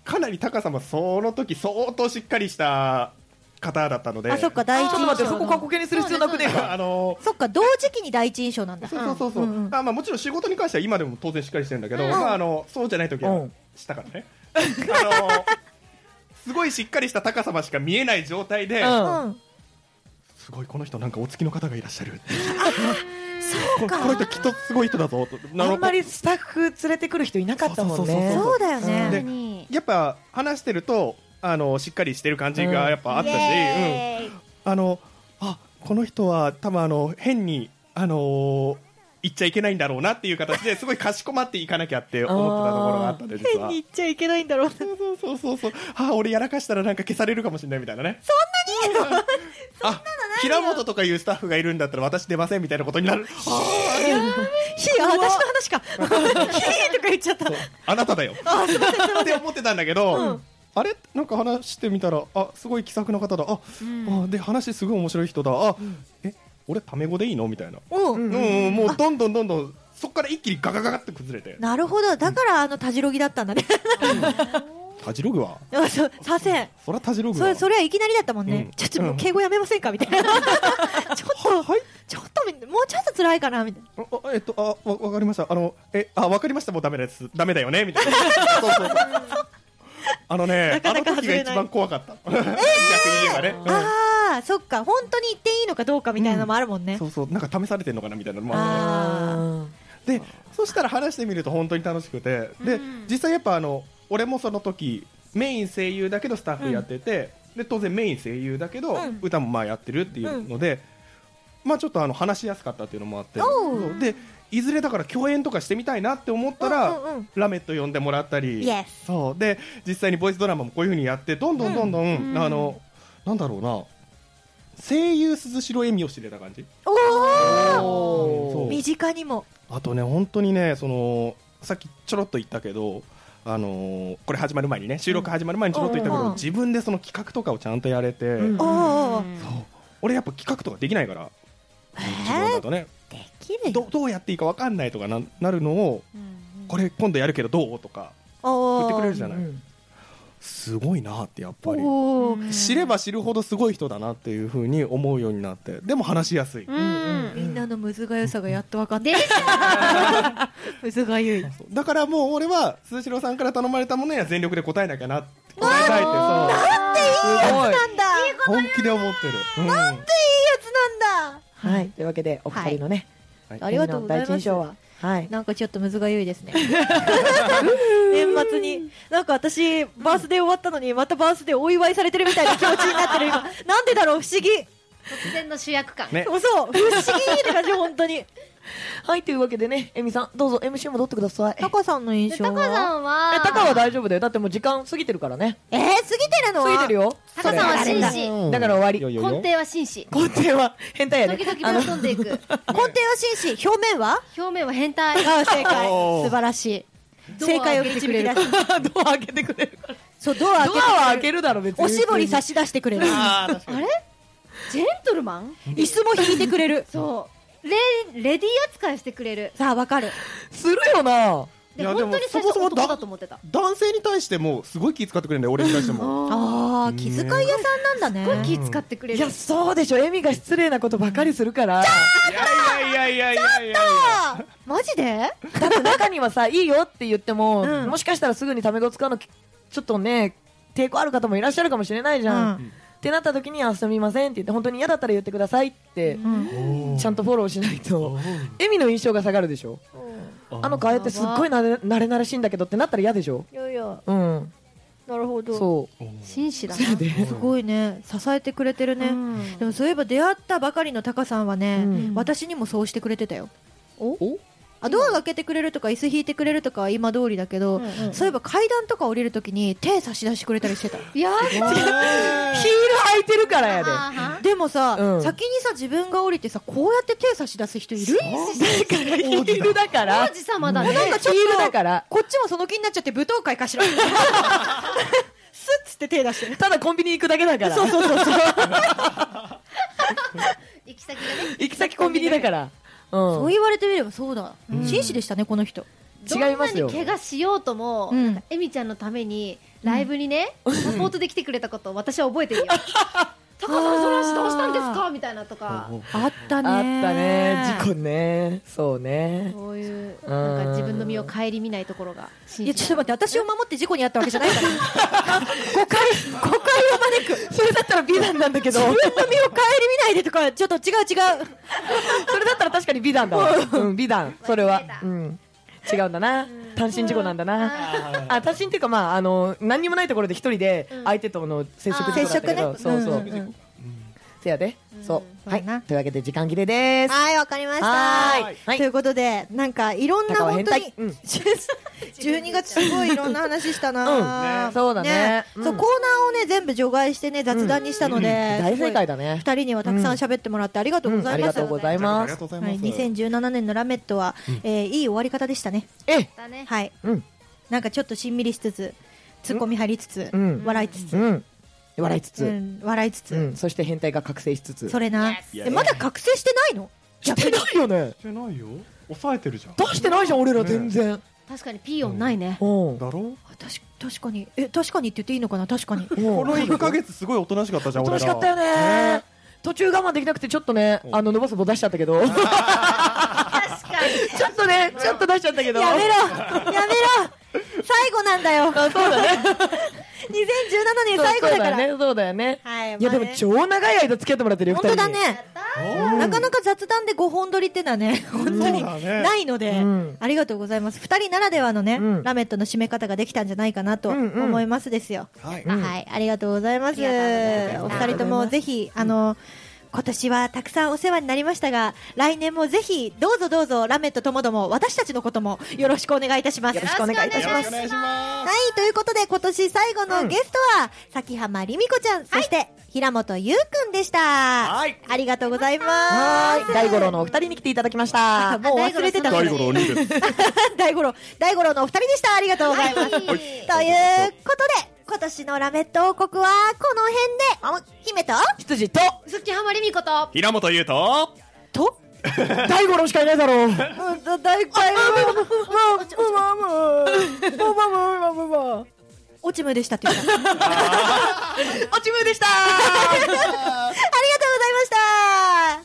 [SPEAKER 4] かなり高さもその時相当しっかりした方だったので
[SPEAKER 5] あ、そっか、第一
[SPEAKER 1] ちょっと待
[SPEAKER 5] 印
[SPEAKER 1] って
[SPEAKER 5] 象
[SPEAKER 1] そこ
[SPEAKER 5] の。
[SPEAKER 1] 過去形にする必要なくねえか
[SPEAKER 4] あの
[SPEAKER 5] そっか、同時期に第一印象なんだ。
[SPEAKER 4] そうそうそうそう、
[SPEAKER 5] んん
[SPEAKER 4] あまあもちろん仕事に関しては今でも当然しっかりしてるんだけど、
[SPEAKER 5] うん
[SPEAKER 4] まああのそうじゃない時
[SPEAKER 1] う
[SPEAKER 4] は
[SPEAKER 1] ん
[SPEAKER 4] したからね、あのすごいしっかりした高さましか見えない状態で、
[SPEAKER 1] うん
[SPEAKER 5] うん
[SPEAKER 4] すごいこの人なんかお付きの方がいらっしゃるそうかこの人きっとすごい人だぞとな
[SPEAKER 1] あ
[SPEAKER 4] る
[SPEAKER 1] んまりスタッフ連れてくる人いなかったもん
[SPEAKER 4] そうそうそう
[SPEAKER 1] ね
[SPEAKER 4] そ。
[SPEAKER 5] そうだよね、
[SPEAKER 4] で
[SPEAKER 3] 確かに
[SPEAKER 4] やっぱ話してるとあのしっかりしてる感じ
[SPEAKER 1] うん
[SPEAKER 4] がやっぱあったし、うんあのあこの人は多分あの変にあのー言っちゃいけないんだろうなっていう形ですごいかしこまっていかなきゃって思ってたところがあったんで実は
[SPEAKER 5] 言っちゃいけないんだろうな
[SPEAKER 4] そうそうそうそうそうあ俺やらかしたらなんか消されるかもしれないみたいなねそんなにあ平本とかいうスタッフがいるんだったら私出ませんみたいなことになるあ
[SPEAKER 5] ひあ私の話かひーとか言っちゃった
[SPEAKER 4] そうあなただよって思ってたんだけど、あれなんか話してみたらあすごい気さくな方だあ、あで話すごい面白い人だあ、え俺タメ語でいいのみたいな、
[SPEAKER 5] うん
[SPEAKER 4] うんうんもうどんどんどんどんそこから一気にガガガガって崩れて
[SPEAKER 5] なるほどだからあのたじろぎだったんだね
[SPEAKER 4] タジログは
[SPEAKER 5] あそう左遷
[SPEAKER 4] そりゃタジログ
[SPEAKER 5] そ
[SPEAKER 4] は
[SPEAKER 5] れそれはいきなりだったもんね、
[SPEAKER 4] うん
[SPEAKER 5] ちょっともう敬語やめませんかみたい なちょっと、ちょっとみもうちょっと辛いかなみたいな
[SPEAKER 4] ああえっとあわわかりましたあのえあわかりましたもうダメですダメだよねみたい なそうそうそうあのね
[SPEAKER 5] なかなか
[SPEAKER 4] あの時が一番怖かった、 逆に言えばね、うん
[SPEAKER 5] ああそっか本当に言っていいのかどうかみたいなのもあるもんね、
[SPEAKER 4] そうそうなんか試されてんのかなみたいなのもあるね
[SPEAKER 5] あ
[SPEAKER 4] でそしたら話してみると本当に楽しくてで、実際やっぱあの俺もその時メイン声優だけどスタッフやってて、で当然メイン声優だけど、
[SPEAKER 5] うん
[SPEAKER 4] 歌もまあやってるっていうので、まあちょっとあの話しやすかったっていうのもあって
[SPEAKER 5] おう
[SPEAKER 4] そうでいずれだから共演とかしてみたいなって思ったら、
[SPEAKER 5] うんうんうん
[SPEAKER 4] ラメット呼んでもらったり、
[SPEAKER 5] イエス
[SPEAKER 4] そうで実際にボイスドラマもこういうふうにやってどんどんどんどん、あのなんだろうな声優鈴代恵美を知れた感じ
[SPEAKER 5] ーおお
[SPEAKER 4] そう
[SPEAKER 5] 身近にも
[SPEAKER 4] あとね、本当にね、そのさっきちょろっと言ったけど、あのーこれ始まる前にね、収録始まる前にちょろっと言ったけど、
[SPEAKER 5] うん
[SPEAKER 4] 自分でその企画とかをちゃんとやれて、
[SPEAKER 1] うん
[SPEAKER 5] おお
[SPEAKER 4] そう俺やっぱ企画とかできないから、自分だとね、
[SPEAKER 5] できる
[SPEAKER 4] どどうやっていいかわかんないとかななるのを、これ今度やるけどどうとか言
[SPEAKER 5] おお
[SPEAKER 4] ってくれる
[SPEAKER 5] じ
[SPEAKER 4] じゃない、すごいなってやっぱり。
[SPEAKER 5] おお
[SPEAKER 4] 知れば知るほどすごい人だなっていうふうに思うようになってでも話しやすい、
[SPEAKER 3] うん
[SPEAKER 5] みんなのむずがゆさがやっと分かっ
[SPEAKER 3] で
[SPEAKER 5] たむずがゆい
[SPEAKER 4] そうだからもう俺は鈴代さんから頼まれたものには全力で答えなきゃなって答えたいってそう
[SPEAKER 1] すごい。
[SPEAKER 5] なんだいいや
[SPEAKER 4] 本気で思ってる。なんて、
[SPEAKER 5] つなんだ
[SPEAKER 1] はい、というわけで、お二人のね、
[SPEAKER 4] はい
[SPEAKER 5] ありがとうございます
[SPEAKER 1] 第一印象は。はい。
[SPEAKER 5] なんかちょっとむずがゆいですね 年末になんか私バースデー終わったのにまたバースデーお祝いされてるみたいな気持ちになってる今なんでだろう不思議
[SPEAKER 3] 突然の主役感
[SPEAKER 4] ね
[SPEAKER 5] そう不思議って感じ本当に
[SPEAKER 1] はい、というわけでね、えみさん、どうぞ MC 戻ってください。え、
[SPEAKER 5] タカさんの印
[SPEAKER 3] で
[SPEAKER 5] 象
[SPEAKER 3] タカさんは
[SPEAKER 1] タカは大丈夫だよ。だってもう時間過ぎてるからね。
[SPEAKER 5] えー、過ぎてるの
[SPEAKER 1] 過ぎてるよ。
[SPEAKER 3] タカさんは
[SPEAKER 5] それ
[SPEAKER 3] 紳士
[SPEAKER 1] だから終わり。
[SPEAKER 4] よいよい
[SPEAKER 3] 根
[SPEAKER 4] よ
[SPEAKER 3] 底は紳士
[SPEAKER 1] 肯定は変態やね
[SPEAKER 3] 時。
[SPEAKER 1] あ
[SPEAKER 3] 々
[SPEAKER 1] の
[SPEAKER 3] ぶっ飛んでいく
[SPEAKER 5] 根底は紳士表面は
[SPEAKER 3] 表面は変態
[SPEAKER 5] あ正解
[SPEAKER 4] おー
[SPEAKER 5] 素晴らしい
[SPEAKER 3] ドアを
[SPEAKER 5] 正解を導き出して
[SPEAKER 1] ドア開けてくれるから。
[SPEAKER 5] そうドア
[SPEAKER 1] ドアは
[SPEAKER 5] 開
[SPEAKER 1] 開
[SPEAKER 5] けて
[SPEAKER 1] けるだろ、別
[SPEAKER 5] く
[SPEAKER 1] に。
[SPEAKER 5] れるおしぼり差し出してくれる
[SPEAKER 4] あー確かに
[SPEAKER 6] ジェントルマン
[SPEAKER 5] 椅子も引いてくれる
[SPEAKER 3] そうレレディー扱いしてくれる
[SPEAKER 5] さあわかる
[SPEAKER 1] するよな。
[SPEAKER 3] で
[SPEAKER 4] いや
[SPEAKER 3] 本当に最初
[SPEAKER 4] でもそもそも
[SPEAKER 3] 男だと思ってた
[SPEAKER 4] 男性に対しても、すごい気遣ってくれるんだよ、俺に対しても。
[SPEAKER 5] あー気遣い屋さんなんだね
[SPEAKER 3] すごい気使ってくれ
[SPEAKER 1] い
[SPEAKER 3] る
[SPEAKER 1] や、そうでしょ。エミが失礼なことばかりするから。
[SPEAKER 4] いやいやいやいやいやいや。
[SPEAKER 5] マジで
[SPEAKER 1] だって中にはさ、いいよって言っても、もしかしたらすぐにタメ語使うの、ちょっとね、抵抗ある方もいらっしゃるかもしれないじゃん。
[SPEAKER 5] うん
[SPEAKER 1] ってなった時に、あ、すみませんって言って、本当に嫌だったら言ってくださいって、ちゃんとフォローしないと、エミの印象が下がるでしょ。あの子、ああやってすっごいなれ慣れ慣れしいんだけどってなったら嫌でしょ。
[SPEAKER 5] いやいや
[SPEAKER 1] うん。
[SPEAKER 5] なるほ ど
[SPEAKER 1] そう。
[SPEAKER 3] 紳士だな
[SPEAKER 5] すごいね支えてくれてるね、
[SPEAKER 3] うん
[SPEAKER 5] でもそういえば出会ったばかりのタカさんはね、
[SPEAKER 1] うん
[SPEAKER 5] 私にもそうしてくれてたよあドアが開けてくれるとか椅子引いてくれるとかは今通りだけど、そういえば階段とか降りるときに手差し出してくれたりして た
[SPEAKER 3] いや
[SPEAKER 1] ヒール履いてるからやで。
[SPEAKER 5] でもさ、
[SPEAKER 1] うん
[SPEAKER 5] 先にさ自分が降りてさこうやって手差し出す人い
[SPEAKER 1] ヒ
[SPEAKER 5] る
[SPEAKER 1] ールだから。
[SPEAKER 3] 王
[SPEAKER 1] ヒ
[SPEAKER 3] 子様だね
[SPEAKER 5] なんかちょっ
[SPEAKER 1] ールだ
[SPEAKER 5] と
[SPEAKER 1] から。
[SPEAKER 5] こっちもその気になっちゃって舞踏会かしらスッつって手出してる
[SPEAKER 1] ただコンビニ行くだけだから。
[SPEAKER 5] そうそうそうそう
[SPEAKER 3] 行き先がね
[SPEAKER 1] 行き先コンビニだから。。
[SPEAKER 5] そううん言われてみればそうだ、紳士でしたねこの人
[SPEAKER 1] 違いますよ
[SPEAKER 3] どんなに怪我しようとも、
[SPEAKER 5] うん
[SPEAKER 3] なんかエミちゃんのためにライブにね、サポートできてくれたことを私は覚えてるよ。タカさんその話どうしたんですかみたいなとか
[SPEAKER 5] あったね
[SPEAKER 1] あったね事故ねそうね
[SPEAKER 3] そういうなんか自分の身を顧みないところが
[SPEAKER 5] い
[SPEAKER 3] 真
[SPEAKER 5] やちょっと
[SPEAKER 3] 摯
[SPEAKER 5] 待って私を守って事故にあったわけじゃないから誤解誤解を招く
[SPEAKER 1] それだったら美談なんだけ どそれ
[SPEAKER 5] 自分の身を顧みないでとかちょっと違う違う
[SPEAKER 1] だったら確かに美談だわ、うん、美談それは
[SPEAKER 3] 間違え、
[SPEAKER 1] う
[SPEAKER 3] た
[SPEAKER 1] ん、違うんだな単身事故なんだなあ単身っていうかまああの何にもないところで一人で
[SPEAKER 3] ん
[SPEAKER 1] 相手との接触事故だ
[SPEAKER 5] 接
[SPEAKER 1] った
[SPEAKER 5] 触
[SPEAKER 1] け
[SPEAKER 5] ね
[SPEAKER 1] ど、そうそう、
[SPEAKER 5] んん
[SPEAKER 1] せやで、そ
[SPEAKER 5] そう
[SPEAKER 1] う
[SPEAKER 5] だ
[SPEAKER 1] は
[SPEAKER 5] ない
[SPEAKER 1] というわけで時間切れです
[SPEAKER 5] はいわかりました
[SPEAKER 1] はーいはい
[SPEAKER 5] ということでなんかいろんな
[SPEAKER 1] 高は変
[SPEAKER 5] 本当に
[SPEAKER 1] 態、うん
[SPEAKER 5] 12月すごいいろんな話したな、
[SPEAKER 1] うんねそうだねうん
[SPEAKER 5] そうコーナーをね全部除外してね雑談にしたので、
[SPEAKER 1] 大正解だ
[SPEAKER 5] だ
[SPEAKER 1] ね
[SPEAKER 5] 2人にはたくさん喋ってもらってありがとうご
[SPEAKER 1] うん
[SPEAKER 5] ざ
[SPEAKER 1] あ
[SPEAKER 5] い
[SPEAKER 1] り
[SPEAKER 5] ま
[SPEAKER 1] が
[SPEAKER 5] す、
[SPEAKER 1] とうござい
[SPEAKER 4] あ
[SPEAKER 1] ま
[SPEAKER 4] りが
[SPEAKER 1] す
[SPEAKER 4] とうござい
[SPEAKER 5] は
[SPEAKER 4] ま
[SPEAKER 5] い、
[SPEAKER 4] す。
[SPEAKER 5] 2017年の「ラメットは」えーいい終わり方でしたね
[SPEAKER 1] え
[SPEAKER 3] だね
[SPEAKER 5] はい
[SPEAKER 1] うん
[SPEAKER 5] なんかちょっとしんみりしつつツッコミ入りつつ、
[SPEAKER 1] うん
[SPEAKER 5] 笑いつつ、
[SPEAKER 1] うん笑いつ
[SPEAKER 5] う
[SPEAKER 1] つ
[SPEAKER 5] ん笑いつつ、
[SPEAKER 1] うんそして変態が覚醒しつつ
[SPEAKER 5] それな、
[SPEAKER 4] Yes
[SPEAKER 5] えまだ覚醒してないの
[SPEAKER 1] してないよね
[SPEAKER 4] してないよ。抑えてるじゃん。
[SPEAKER 1] 出してないじゃん俺ら全然
[SPEAKER 3] 確かにピーヨンないね
[SPEAKER 1] うん
[SPEAKER 4] だろ
[SPEAKER 5] 確確かにえ確かにって言っていいのかな確 かに
[SPEAKER 4] こ
[SPEAKER 1] こ
[SPEAKER 4] の1ヶ月すごいおとなしかったじゃん、
[SPEAKER 1] 楽
[SPEAKER 4] 俺
[SPEAKER 1] し
[SPEAKER 4] ら。
[SPEAKER 1] かったよね途中我慢できなくてちょっとね
[SPEAKER 4] うん
[SPEAKER 1] あの伸ばす棒出しちゃった けどち
[SPEAKER 3] 確かに
[SPEAKER 1] ょっとねちょっと出しちゃったけど
[SPEAKER 5] やめろやめろ最後なんだよ2017
[SPEAKER 1] そう だね
[SPEAKER 5] 年最後だから
[SPEAKER 1] そうそうだねそうだよね
[SPEAKER 5] はい、
[SPEAKER 1] いやで
[SPEAKER 5] まあ
[SPEAKER 1] も
[SPEAKER 5] ね
[SPEAKER 1] 超長い間付き合ってもらってるよ
[SPEAKER 5] 本当だ
[SPEAKER 1] 二人に
[SPEAKER 5] ね
[SPEAKER 4] うん
[SPEAKER 5] なかなか雑談で5本撮りってのはね本当に
[SPEAKER 4] そうだね
[SPEAKER 5] ないので、
[SPEAKER 1] うん
[SPEAKER 5] ありがとうございます2人ならではのね、
[SPEAKER 1] うん
[SPEAKER 5] ラメットの締め方ができたんじゃないかなと
[SPEAKER 1] うんうん
[SPEAKER 5] 思いますですよ、
[SPEAKER 4] はい。
[SPEAKER 1] うん
[SPEAKER 5] はいありがとうございます
[SPEAKER 3] ありがとう
[SPEAKER 5] お
[SPEAKER 3] ございます
[SPEAKER 5] 二人ともぜひあの今年はたくさんお世話になりましたが来年もぜひどうぞどうぞラメットともども私たちのこともよろしくお願いいたします
[SPEAKER 1] よろしくお願いいたします
[SPEAKER 4] 願いしま
[SPEAKER 5] はい、ということで今年最後
[SPEAKER 1] う
[SPEAKER 5] の
[SPEAKER 1] ん
[SPEAKER 5] ゲストは、崎浜りみこちゃん、そして平本優くんでした。
[SPEAKER 4] はい
[SPEAKER 5] ありがとうございます。
[SPEAKER 1] はーい大五郎のお二人に来ていただきました
[SPEAKER 5] あもう忘れてた
[SPEAKER 4] 大五郎にです。
[SPEAKER 5] 大五郎、大五郎のお二人でした。ありがとうございます。ということで、今年のラメット王国はこの辺で、姫と、
[SPEAKER 1] 羊と
[SPEAKER 3] 月浜りみこと
[SPEAKER 4] 平本優と、
[SPEAKER 5] と、
[SPEAKER 1] 大五郎しかいないだ ろう
[SPEAKER 5] だ大五郎、オチムでしたって 言った。ありがとう
[SPEAKER 1] おちむでした
[SPEAKER 5] ございました。